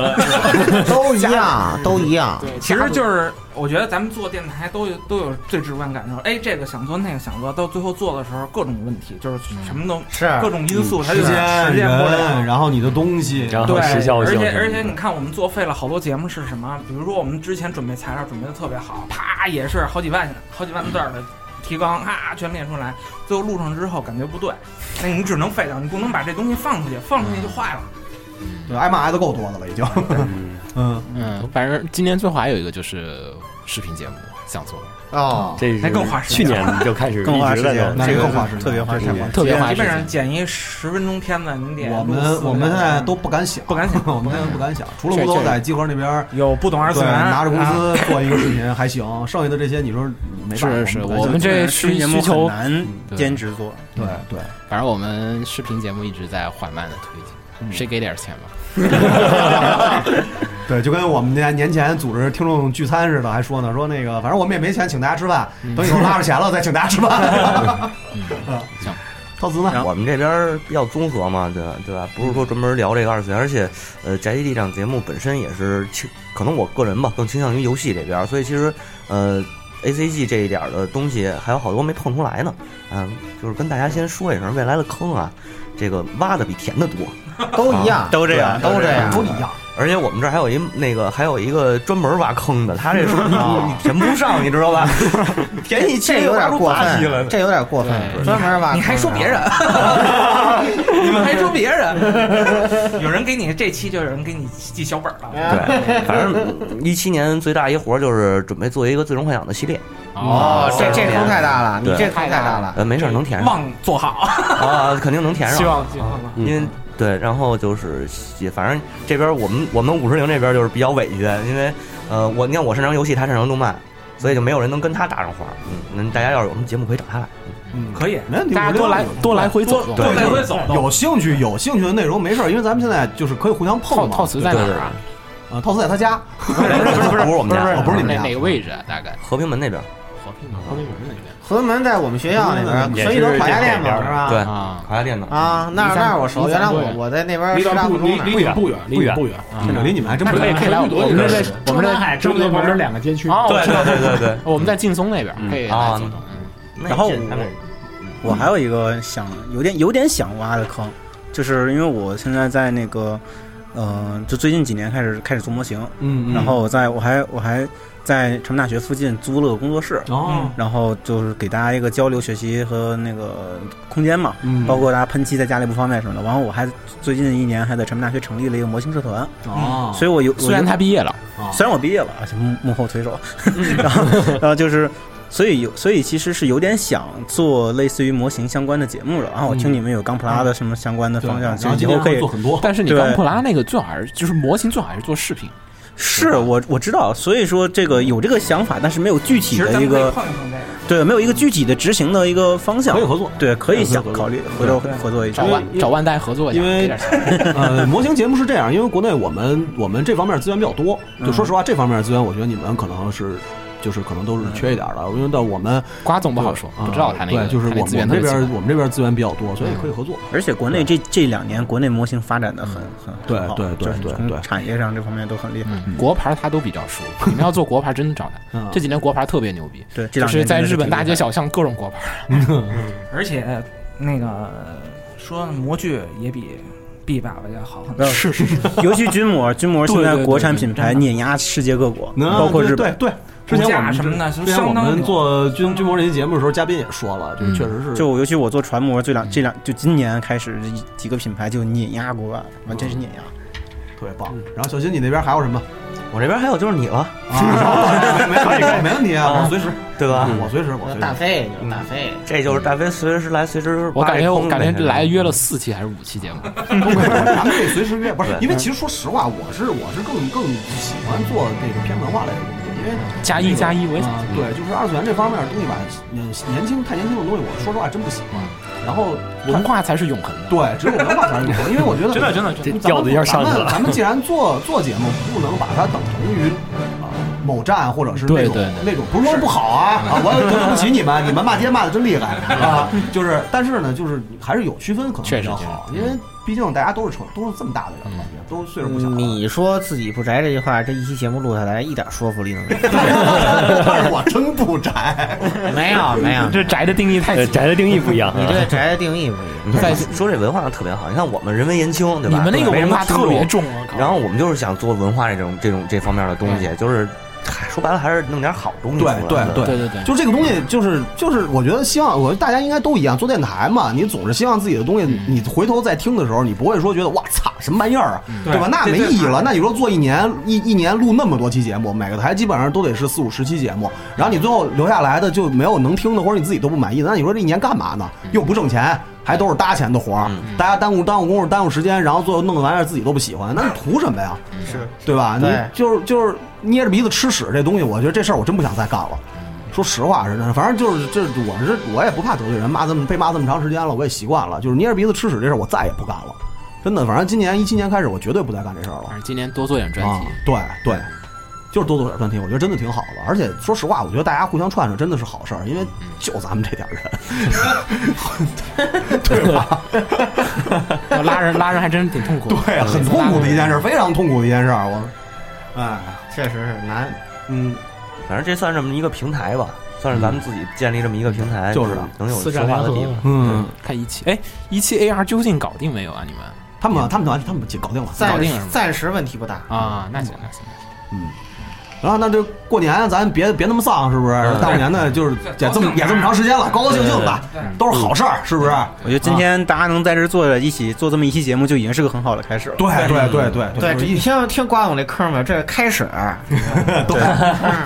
都一样，都一样。对，其实就是我觉得咱们做电台都有都有最直观感受，哎，这个想做，那个想做，到最后做的时候各种问题，就是什么都是啊各种因嗯素，它就时是间实现不了人，。然后你的东西，然后对，时效而性且什么而的且你看，我们作废了好多节目是什么？比如说我们之前准备材料准备的特别好，啪也是好几万好几万字儿的提纲，啊全列出来，最后录上之后感觉不对，那你只能废掉，你不能把这东西放出去，放出去就坏了。对，挨骂挨的够多的了已经。 嗯，嗯，反正今年最后还有一个就是视频节目想做，哦，这是那更花时去间年就开始一更花直时在间弄，那这就个更花时间特别花时这间个。特别花基时本上间。剪一十分钟片子，你得我录四们个我们现在小时都不敢想，嗯不敢想 我们现在不敢想，除了吴总在集合那边。有不懂二次对，元，拿着工啊资做一个视频还行，剩下的这些你说没法是是，不敢我们想这视频需节需目很求，难对兼职做，嗯对对，反正我们视频节目一直在缓慢的推嗯进，谁给点钱吧？对，就跟我们年年前组织听众聚餐似的，还说呢，说那个反正我们也没钱请大家吃饭，等以后拉着钱了再请大家吃饭。嗯，行，特斯呢？我们这边儿比较综合嘛，对吧？对吧？不是说专门聊这个二次元，而且，呃，宅基地这档节目本身也是倾，可能我个人吧，更倾向于游戏这边儿，所以其实，呃，A C G 这一点儿的东西还有好多没碰出来呢。嗯、就是跟大家先说一声，未来的坑啊，这个挖的比填的多， 都一样啊都这样，对都这样都一样。而且我们这儿还有一那个，还有一个专门挖坑的，他 这是你你填不上，你知道吧？填一期这有挖点出过八期了分，，这有点过分，专门挖。你还说 别人？你们还说别人？ 有人给你这期就有人给你记小本儿了。对，反 正一七年最大一活儿就是准备做一个《最终幻想》的系列。嗯哦，这这坑太大了，你对这坑太大了。呃，没事儿，能填上望做好，啊，肯定能填上。希望因为对，然后就是也反正这边我们我们五十铃这边就是比较委屈，因为呃，我你看我擅长游戏，他擅长动漫，所以就没有人能跟他搭上话儿。嗯，那大家要是有什么节目可以找他来。可以，没问题，大家我觉得多来多来回走多动，对来回走动有兴趣有兴趣的内容没事儿，因为咱们现在就是可以互相套碰嘛。套词在哪对儿对啊？啊，套词在他家，不是我们家，哦不是你哪们家哪个位置啊？大概和平门那边。和平门，和平门那边河门在我们学校那边，也绥义是德垮家这店嘛，边儿是吧？对，啊，华夏店的。啊，那儿那儿我熟，原来我我在那边离师大咱附不中离呢。嗯离你不远，离你不远，真的离你们还真不可以远。可以来我们我们这我中们这南海周边旁边两个街区，哦，对对对对对。我们在劲松啊那边可以来走动。那嗯啊然后这他们我嗯还有一个想有点有点想挖的坑，就是因为我现在在那个，呃，就最近几年开始开始做模型，嗯，嗯然后我在我还我还在成都大学附近租了个工作室，哦，然后就是给大家一个交流学习和那个空间嘛，嗯包括大家喷漆在家里不方便什么的。然后我还最近一年还在成都大学成立了一个模型社团，哦，所以我有虽然我有他毕业了，虽然我毕业了，而且幕幕后推手，然后 然后啊就是。所以有，所以其实是有点想做类似于模型相关的节目的。啊然后我听你们有钢普拉的什么相关的嗯对方向，然就后以今后天可以会做很多，但是你对刚普拉那个最好还是就是模型最好还是做视频，是我我知道，所以说这个有这个想法，但是没有具其体实的咱一们可以个碰一碰这个。对，没有一个具体的执行的一个方向可以。合作。对，可以想对考虑回头合作一下找。万因为找万代合作一下，因给为点钱 呃，模型节目是这样，因为国内我们我们这方面资源比较多，就说实话，这方面资源我觉得你们可能是就是可能都是缺一点儿的，因为到我们瓜总不好说，啊不知道他那个对，就是他我那们资源特我们这别边紧我们这边资源比较多，所以嗯可以合作。而且国内这这两年，国内模型发展的很很对很好对对就是对从对产业上这方面都很厉害。嗯，国牌他都比较熟，你们要做国牌真的找他，嗯这几年国牌特别牛逼，对，这就两是年在真的日本大街挺厉小巷各种国牌， 而且那个说模具也比 B 爸爸要好很多。是 害的，嗯 尤其军模，军模现在对对国产品牌真的碾压世界各国，那包括日嗯对本。对，之前我们什么的，之就前我相当们牛做军军模这期节目的时候，嘉宾也说了，就嗯确实是嗯就我尤其我做船模，这两这两就今年开始一几个品牌就碾压国外，完全是碾压。特别棒。嗯然后小新，你那边还有什么？我这边还有就是你了，啊，没没没没问题啊，啊我随时，对吧？嗯我随时，嗯我随大时。飞就是大飞，这就是大飞随时来，随时我感觉我感觉这来约了四期还是五期节目，咱们可以随时约，不是对因为其实说实话，我是我是更更喜欢做那个偏文化类的东西，因为加一加一我也想啊，对，就是二次元这方面的东西吧，年年轻太年轻的东西，我说实话真不喜欢。然后文化才是永恒的，对，只有文化才是女皇，因为我觉得真的真的这调子一下上去了咱们咱们既然做做节目，不能把它等同于呃某站或者是那对种对对那种，不是说不好啊啊，我我对不起你们，你们骂街骂的真厉害啊，就是但是呢，就是还是有区分可能确比实较好，因为毕竟大家都是成都是这么大的人了，也都岁数不小了。你说自己不宅这句话，这一期节目录下来一点说服力都没但是我真不宅，有。没有 没有，这宅的定义太呃，死宅的定义不一样你啊。对宅的定义不一样。你 看说这文化特别好，你看我们人微言轻，对你吧？们那个没什文么化听特别众重，我靠嗯然后我们就是想做文化这种这种这方面的东西，就是嗨说白了还是弄点好东西出对来。对对对对对，就这个东西，就是就是，我觉得希望，我觉得大家应该都一样，做电台嘛，你总是希望自己的东西，你回头再听的时候，你不会说觉得哇操什么玩意儿啊，对吧？那没意义了。那你说做一年一一年录那么多期节目，每个台基本上都得是四五十期节目，然后你最后留下来的就没有能听的，或者你自己都不满意的，那你说这一年干嘛呢？又不挣钱。还都是搭钱的活儿，大家耽误耽误工夫，耽误时间，然后最后弄的玩意儿自己都不喜欢，那你图什么呀？是对吧？你对就是就是捏着鼻子吃屎这东西，我觉得这事儿我真不想再干了。说实话是，反正就是这，我是我也不怕得罪人，骂这么被骂这么长时间了，我也习惯了。就是捏着鼻子吃屎这事儿，我再也不干了。真的，反正今年一七年开始，我绝对不再干这事儿了反。正今年多做点专啊题，，对对，就是多做点专题，我觉得真的挺好的。而且说实话，我觉得大家互相串串真的是好事儿，因为嗯就咱们这点儿 人， 对吧？要 拉人拉人 还真挺痛苦的，对，很痛苦的一件事儿，非常痛苦的一件事儿。我，哎，啊确实是难。嗯，反正这算这么一个平台吧，算是咱嗯们自己建立这么一个平台，就是啊是嗯能有四说战联话的合地方。嘛，嗯，看一期，哎，一期 AR 究竟搞定没有啊？你们他们他们他们搞定了，搞暂定了是吗暂时问题不大，啊，那行那行，嗯，然后那就过年，啊咱别别那么丧，是不是？嗯大过年的，就是也这么也这么长时间了，高高兴兴的，嗯都是好事儿，是不是？啊我觉得今天大家能在这儿坐着一起做这么一期节目，就已经是个很好的开始了。对对对对对，就是这你一听听瓜总这嗑没有？这是开始，啊对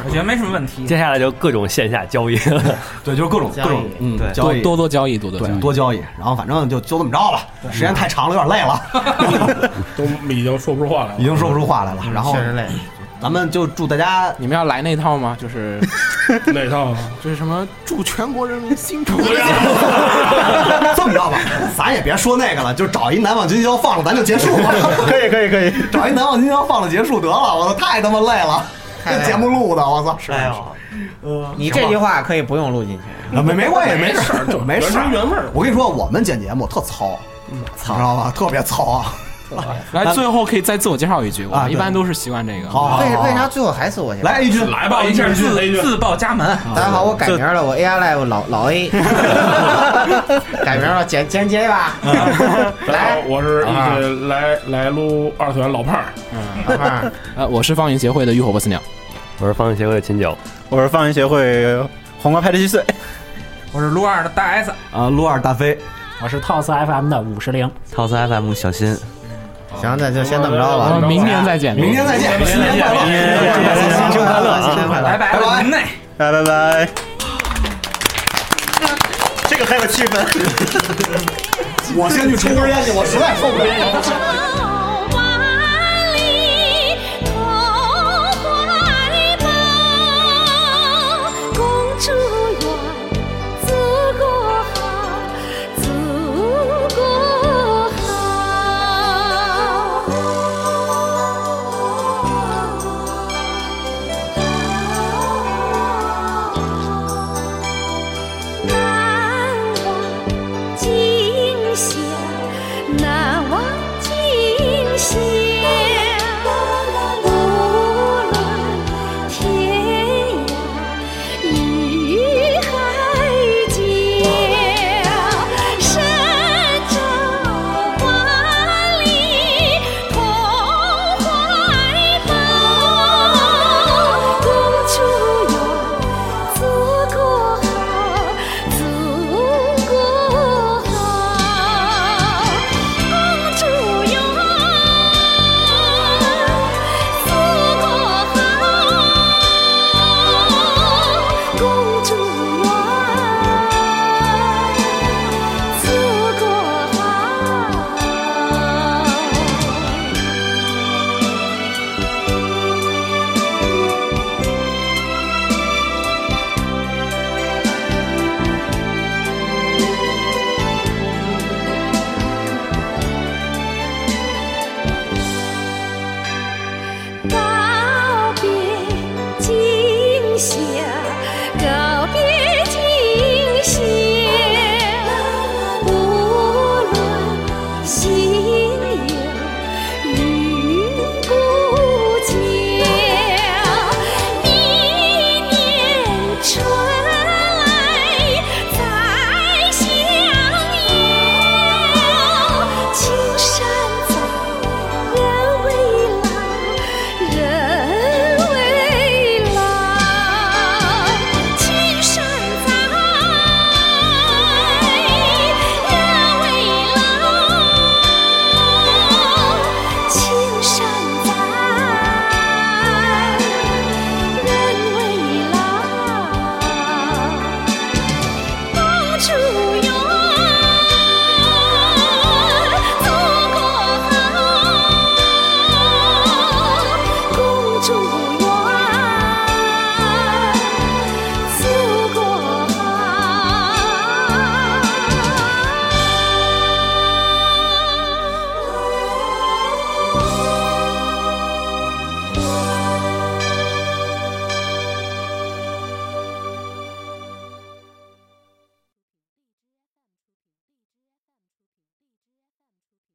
我觉得没什么问题。接下来就各种线下交易了。 对，就是各种各交易种嗯对交多易多多交易，多多交对易，多交易，然后反正就就这么着了，时间太长了，有点累了， 都已经说不出话来已了。经说不出话来了。嗯然后确实累。咱们就祝大家你们要来那套吗？ 就是哪套？就是什么祝全国人民新春 这么着吧，咱也别说那个了，就找一南方金宵放了，咱就结束了。可以可以可以，找一南方金宵放了结束得了，我操，太他妈累了，太累这了节目录的，我操，哎呦，呃你这句话可以不用录进去，啊，没没关系，没事儿，就没原事汁儿。原味儿。我跟你说，我们剪节目特糙，操，知道吧？特别糙啊！ 来，最后可以再自我介绍一句，我啊们对一般都是习惯这个。好，好为好为啥最后还是我先？来 A 君，哦来吧，一下自雷军，自报家门，大家好，我改名了，我 AI Live 老老 A，改名了，简简洁吧。啊大家好来，我是一直来来撸二次元老胖儿，老妹儿，呃，我是方云协会的浴火不死鸟，我是方向协会的秦九，我是放映协会黄瓜派的七岁，我是撸二的大 S，啊，撸二大飞，我是 TOS FM 的五十铃，套词 FM 小心，嗯行，那就先这么着我吧们。明年再见，明天再见，新年快乐，新春快乐啊新年快乐拜。拜拜拜了，您内。拜拜拜。 我先去抽根烟去，我实在受不了。 Oh 啊